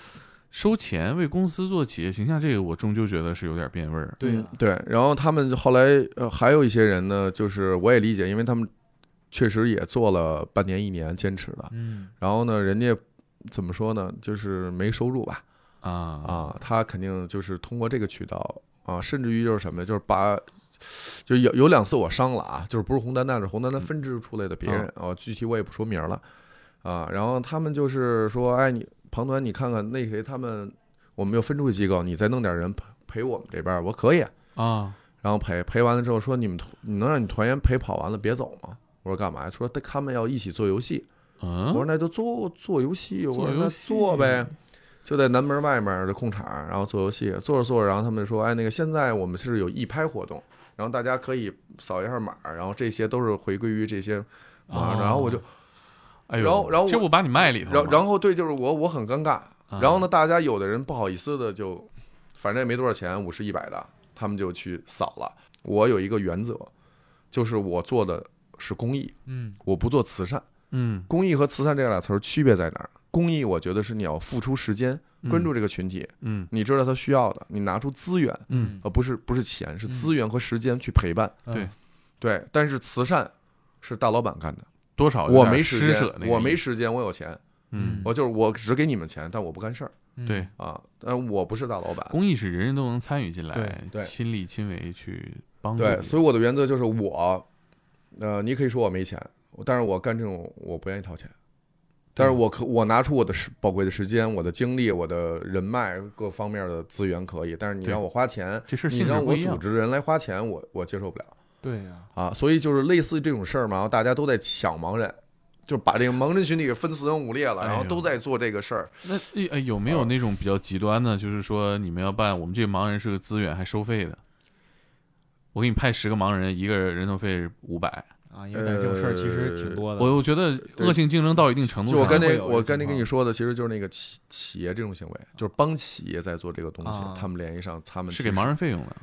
Speaker 1: 收钱为公司做企业形象，这个我终究觉得是有点变味儿。
Speaker 3: 对
Speaker 2: 嗯
Speaker 3: 啊
Speaker 2: 对，然后他们后来呃还有一些人呢，就是我也理解，因为他们确实也做了半年一年坚持的，
Speaker 3: 嗯，
Speaker 2: 然后呢，人家怎么说呢，就是没收入吧，
Speaker 1: 啊
Speaker 2: 啊，他肯定就是通过这个渠道啊，甚至于就是什么呀，就是把。就有有两次我伤了啊，就是不是红丹丹，是红丹丹分支出来的别人啊，具体我也不说名了啊。然后他们就是说，哎，你庞团，你看看那谁他们，我们又分出个机构，你再弄点人陪陪我们这边儿，我可以啊
Speaker 1: 啊
Speaker 2: 然后陪陪完了之后说你们团你能让你团员陪跑完了别走吗？我说干嘛呀？说他他们要一起做游戏。我说
Speaker 1: 嗯，
Speaker 2: 那就做做游戏，我说
Speaker 1: 游
Speaker 2: 那
Speaker 1: 戏
Speaker 2: 做呗，就在南门外面的空场，然后做游戏，做着做着，然后他们说，哎，那个现在我们是有一拍活动，然后大家可以扫一下码，然后这些都是回归于这些
Speaker 1: 啊
Speaker 2: 啊，然后我就，
Speaker 1: 哎呦，
Speaker 2: 然后然后
Speaker 1: 这
Speaker 2: 我
Speaker 1: 不把你卖里头
Speaker 2: 然后然后对，就是我我很尴尬，
Speaker 1: 后
Speaker 2: 然后呢，，大家有的人不好意思的就，反正也没多少钱，五十一百的，他们就去扫了。我有一个原则，就是我做的是公益，
Speaker 3: 嗯，
Speaker 2: 我不做慈善。
Speaker 1: 嗯，
Speaker 2: 公益和慈善这俩词儿区别在哪儿？公益，我觉得是你要付出时间，
Speaker 1: 嗯
Speaker 2: 关注，这个群体，
Speaker 1: 嗯
Speaker 2: 你知道他需要的，你拿出资源，
Speaker 1: 嗯，
Speaker 2: 呃，不是不是钱，是资源和时间去陪伴。
Speaker 3: 嗯
Speaker 1: 对
Speaker 2: 对，但是慈善是大老板干的，
Speaker 1: 多哦少有
Speaker 2: 我
Speaker 1: 点
Speaker 2: 没时
Speaker 1: 施
Speaker 2: 间
Speaker 1: 舍那，个
Speaker 2: 我没
Speaker 1: 意思，
Speaker 2: 时间，我有钱，
Speaker 1: 嗯，
Speaker 2: 我就是我只给你们钱，但我不干事儿
Speaker 3: 嗯，
Speaker 1: 对，
Speaker 2: 啊，但我不是大老板。
Speaker 1: 公益是人人都能参与进来
Speaker 2: 对，对
Speaker 1: 亲力亲为去帮助别
Speaker 2: 对，
Speaker 1: 人，
Speaker 2: 所以我的原则就是我，呃，你可以说我没钱，但是我干这种我不愿意掏钱，
Speaker 1: 嗯
Speaker 2: 但是我可我拿出我的时宝贵的时间、我的精力、我的人脉各方面的资源可以，但是你
Speaker 1: 对
Speaker 2: 让我花钱，
Speaker 1: 这事儿
Speaker 2: 你
Speaker 1: 性质
Speaker 2: 让
Speaker 1: 不
Speaker 2: 我
Speaker 1: 一
Speaker 2: 组
Speaker 1: 样。
Speaker 2: 织人来花钱，我我接受不了
Speaker 3: 对呀，
Speaker 2: 啊。所以就是类似这种事儿嘛，然后大家都在抢盲人。就把这个盲人群体给分四分五裂了，
Speaker 1: 哎呦
Speaker 2: 然后都在做这个事儿。
Speaker 1: 那诶哎，有没有
Speaker 2: 呃
Speaker 1: 那种比较极端的？就是说，你们要办我们这个盲人是个资源，还收费的。我给你派十个盲人，一个人头费五百。
Speaker 3: 啊，因为感觉这种事儿其
Speaker 2: 呃
Speaker 3: 实挺多的，
Speaker 1: 我我觉得
Speaker 2: 对
Speaker 1: 恶性竞争到一定程度
Speaker 2: 就
Speaker 1: 上，
Speaker 2: 我刚
Speaker 3: 会
Speaker 2: 才
Speaker 3: 有
Speaker 2: 我
Speaker 3: 这
Speaker 2: 刚才
Speaker 3: 情
Speaker 2: 跟你
Speaker 3: 况
Speaker 2: 说的，其实就是那个企企业这种行为，就是帮企业在做这个东西
Speaker 3: 啊。
Speaker 2: 他们联系上，他们
Speaker 1: 是
Speaker 2: 其
Speaker 1: 给
Speaker 2: 实
Speaker 1: 盲人费用的。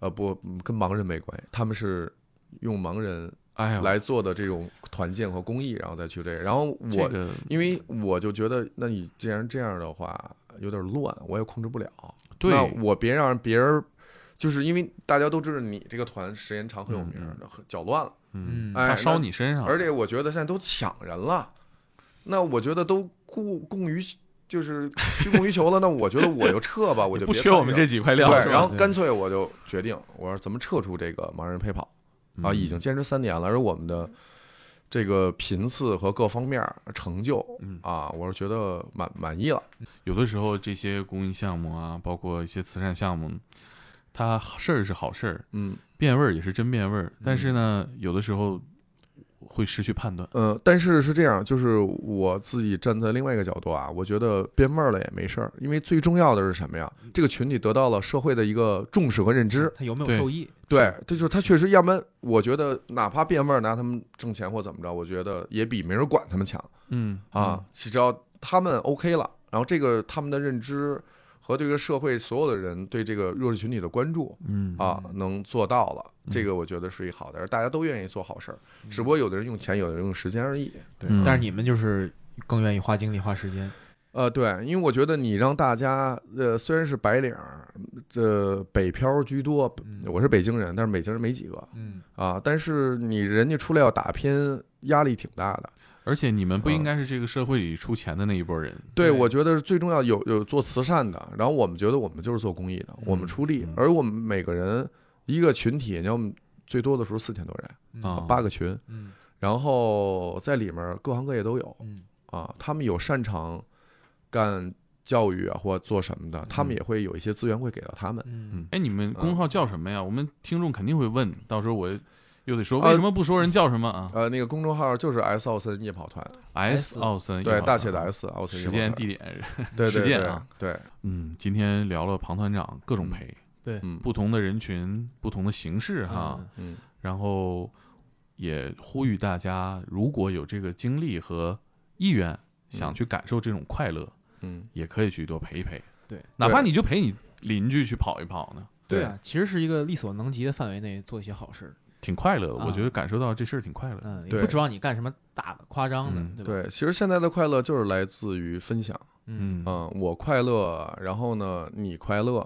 Speaker 2: 呃，不，嗯跟盲人没关系，他们是用盲人
Speaker 1: 哎呀，
Speaker 2: 来做的这种团建和公益，然后再去这个。然后我、
Speaker 1: 这个
Speaker 2: 因为我就觉得，那你既然这样的话，有点乱，我也控制不了。
Speaker 1: 对
Speaker 2: 那我别让别人，就是因为大家都知道你这个团时间长很有名
Speaker 1: 嗯，
Speaker 2: 很搅乱了，
Speaker 1: 嗯，
Speaker 2: 哎
Speaker 1: 怕烧
Speaker 2: 那
Speaker 1: 你身上。
Speaker 2: 而且我觉得现在都抢人了，那我觉得都顾供于就是虚供于求了，那我觉得我就撤吧，我 就
Speaker 1: 不
Speaker 2: 别
Speaker 1: 缺
Speaker 2: 参
Speaker 1: 我们
Speaker 2: 与
Speaker 1: 这
Speaker 2: 了
Speaker 1: 几块料。是
Speaker 2: 对，
Speaker 1: 吧
Speaker 2: 然后干脆我就决定，我说咱们撤出这个盲人陪跑
Speaker 1: 嗯
Speaker 2: 啊，已经坚持三年了，而我们的这个频次和各方面儿成就
Speaker 1: 嗯
Speaker 2: 啊，我是觉得满满意了。
Speaker 1: 有的时候这些公益项目啊，包括一些慈善项目，它事儿是好事儿，
Speaker 2: 嗯
Speaker 1: 变味儿也是真变味儿。但是呢，有的时候会失去判断。
Speaker 2: 呃，但是是这样，就是我自己站在另外一个角度啊，我觉得变味儿了也没事儿，因为最重要的是什么呀？这个群体得到了社会的一个重视和认知，
Speaker 3: 他有没
Speaker 1: 对
Speaker 3: 有受益？
Speaker 2: 对，这就是他确实，要不然我觉得哪怕变味儿拿他们挣钱或怎么着，我觉得也比没人管他们强。
Speaker 1: 嗯
Speaker 2: 啊，只要他们 OK 了，然后这个他们的认知和对这个社会所有的人对这个弱势群体的关注
Speaker 1: 嗯
Speaker 2: 啊，
Speaker 3: 嗯
Speaker 2: 能做到了，这
Speaker 1: 嗯
Speaker 2: 个我觉得是一好的，而大家都愿意做好事儿，
Speaker 3: 嗯
Speaker 2: 只不过有的人用钱，有的人用时间而已。
Speaker 3: 对
Speaker 1: 嗯
Speaker 3: 但是你们就是更愿意花精力花时间，
Speaker 2: 呃，对，因为我觉得你让大家，呃，虽然是白领儿，呃，北漂居多，
Speaker 3: 嗯
Speaker 2: 我是北京人，但是北京人没几个
Speaker 3: 嗯，
Speaker 2: 啊，但是你人家出来要打拼，压力挺大的。
Speaker 1: 而且你们不
Speaker 2: 嗯
Speaker 1: 应该是这个社会里出钱的那一波人。
Speaker 2: 对，
Speaker 3: 对
Speaker 2: 我觉得是最重要有有做慈善的，然后我们觉得我们就是做公益的，
Speaker 1: 嗯
Speaker 2: 我们出力，而我们每个人一个群体，你要最多的时候四千多人，
Speaker 3: 嗯
Speaker 1: 啊
Speaker 2: 八个群，
Speaker 3: 嗯
Speaker 2: 然后在里面各行各业都有
Speaker 3: 嗯
Speaker 2: 啊，他们有擅长干教育啊或做什么的，他
Speaker 1: 嗯
Speaker 2: 们也会有一些资源会给到他们。
Speaker 3: 嗯
Speaker 1: 嗯，哎，你们公号叫什么呀？我们听众肯定会问，到时候我又得说
Speaker 2: 啊
Speaker 1: 为什么不说人叫什么啊
Speaker 2: 呃，那个公众号就是 S 奥森夜跑团，
Speaker 1: ？S 奥森
Speaker 2: 对，大写的
Speaker 1: 夜
Speaker 2: S 奥
Speaker 1: 跑团啊
Speaker 2: 森夜
Speaker 1: 时
Speaker 2: 跑
Speaker 1: 间
Speaker 2: 团，
Speaker 1: 地点。
Speaker 2: 对
Speaker 1: 时
Speaker 2: 对
Speaker 1: 间
Speaker 2: 对
Speaker 1: 啊
Speaker 2: 对，
Speaker 1: 嗯，今天聊了庞团长各种陪，
Speaker 2: 嗯
Speaker 1: 不同的人群，不同的形式哈。
Speaker 3: 嗯
Speaker 2: 嗯，
Speaker 1: 然后也呼吁大家，如果有这个精力和意愿，想去感受这种快乐，
Speaker 2: 嗯，
Speaker 1: 也可以去多陪一陪。
Speaker 3: 对，
Speaker 1: 哪怕你就陪你邻居去跑一跑呢，
Speaker 3: 对啊，其实是一个力所能及的范围内做一些好事儿，
Speaker 1: 挺快乐。
Speaker 3: 啊
Speaker 1: 我觉得感受到这事儿挺快乐的。
Speaker 3: 嗯，也
Speaker 2: 对
Speaker 3: 不指望你干什么大的、夸张
Speaker 1: 嗯
Speaker 3: 的，对吧？
Speaker 2: 对，其实现在的快乐就是来自于分享。
Speaker 3: 嗯，
Speaker 1: 嗯，
Speaker 2: 嗯，我快乐，然后呢，你快乐，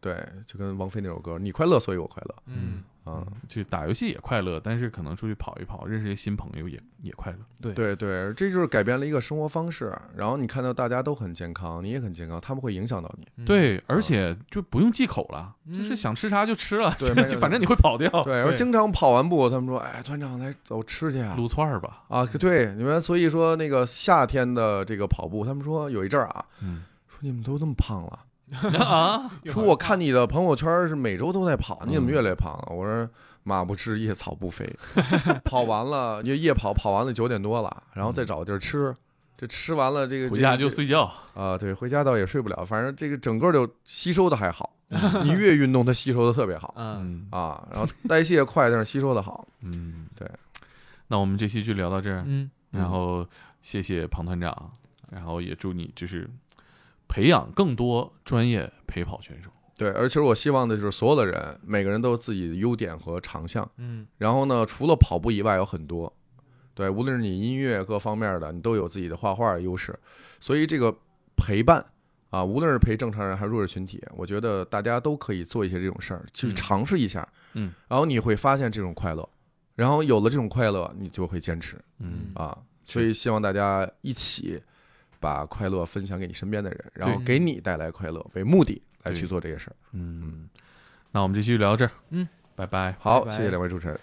Speaker 2: 对，就跟王菲那首歌，你快乐，所以我快乐。
Speaker 3: 嗯，
Speaker 2: 嗯，
Speaker 1: 去打游戏也快乐，但是可能出去跑一跑，认识一些新朋友也也快乐。
Speaker 2: 对对，这就是改变了一个生活方式。然后你看到大家都很健康，你也很健康，他们会影响到你。
Speaker 3: 嗯，
Speaker 1: 对，而且就不用忌口了，就是
Speaker 3: 嗯
Speaker 1: 想吃啥就吃了，
Speaker 2: 对
Speaker 1: 就
Speaker 2: 没
Speaker 1: 就
Speaker 2: 有
Speaker 1: 反正你会跑掉。
Speaker 2: 哦对，而
Speaker 3: 对
Speaker 2: 经常跑完步，他们说：“哎，团长来走吃去啊。
Speaker 1: 撸串儿吧，”
Speaker 2: 啊，对，你们所以说那个夏天的这个跑步，他们说有一阵儿啊，
Speaker 1: 嗯，
Speaker 2: 说你们都那么胖了，
Speaker 1: 啊，
Speaker 3: 一会
Speaker 2: 说
Speaker 3: 儿
Speaker 2: 我看你的朋友圈是每周都在跑，你怎
Speaker 1: 嗯
Speaker 2: 么越来越胖了？啊我说马不吃夜草不肥， 跑完了就夜跑，跑完了九点多了，然后再找个地儿吃，这吃完了这个
Speaker 1: 嗯回
Speaker 2: 这
Speaker 1: 家
Speaker 2: 个
Speaker 1: 就
Speaker 2: 这
Speaker 1: 睡觉。
Speaker 2: 啊、对，回家倒也睡不了，反正这个整个就吸收的 还好，你越运动它吸收的特别好
Speaker 3: 嗯，
Speaker 1: 嗯
Speaker 2: 啊，然后代谢快，但是吸收的好，
Speaker 1: 嗯，
Speaker 2: 对。
Speaker 1: 那我们这期就聊到这儿，
Speaker 3: 嗯，
Speaker 1: 然后谢谢庞团长，然后也祝你就是培养更多专业陪跑选手。
Speaker 2: 对，而且我希望的就是所有的人，每个人都有自己的优点和长项。
Speaker 3: 嗯，
Speaker 2: 然后呢，除了跑步以外，有很多，对，无论是你音乐各方面的，你都有自己的画画的优势。所以这个陪伴啊，无论是陪正常人还是弱势群体，我觉得大家都可以做一些这种事儿，去
Speaker 1: 嗯
Speaker 2: 尝试一下。
Speaker 1: 嗯，
Speaker 2: 然后你会发现这种快乐，然后有了这种快乐，你就会坚持
Speaker 1: 嗯
Speaker 3: 嗯，
Speaker 2: 啊。所以希望大家一起把快乐分享给你身边的人，然后给你带来快乐为目的来
Speaker 1: 对
Speaker 2: 去做这些事儿。
Speaker 1: 嗯嗯，那我们这期就聊到这儿。
Speaker 3: 嗯，
Speaker 1: 拜拜。
Speaker 2: 好，
Speaker 3: 拜拜
Speaker 2: 谢谢两位主持人。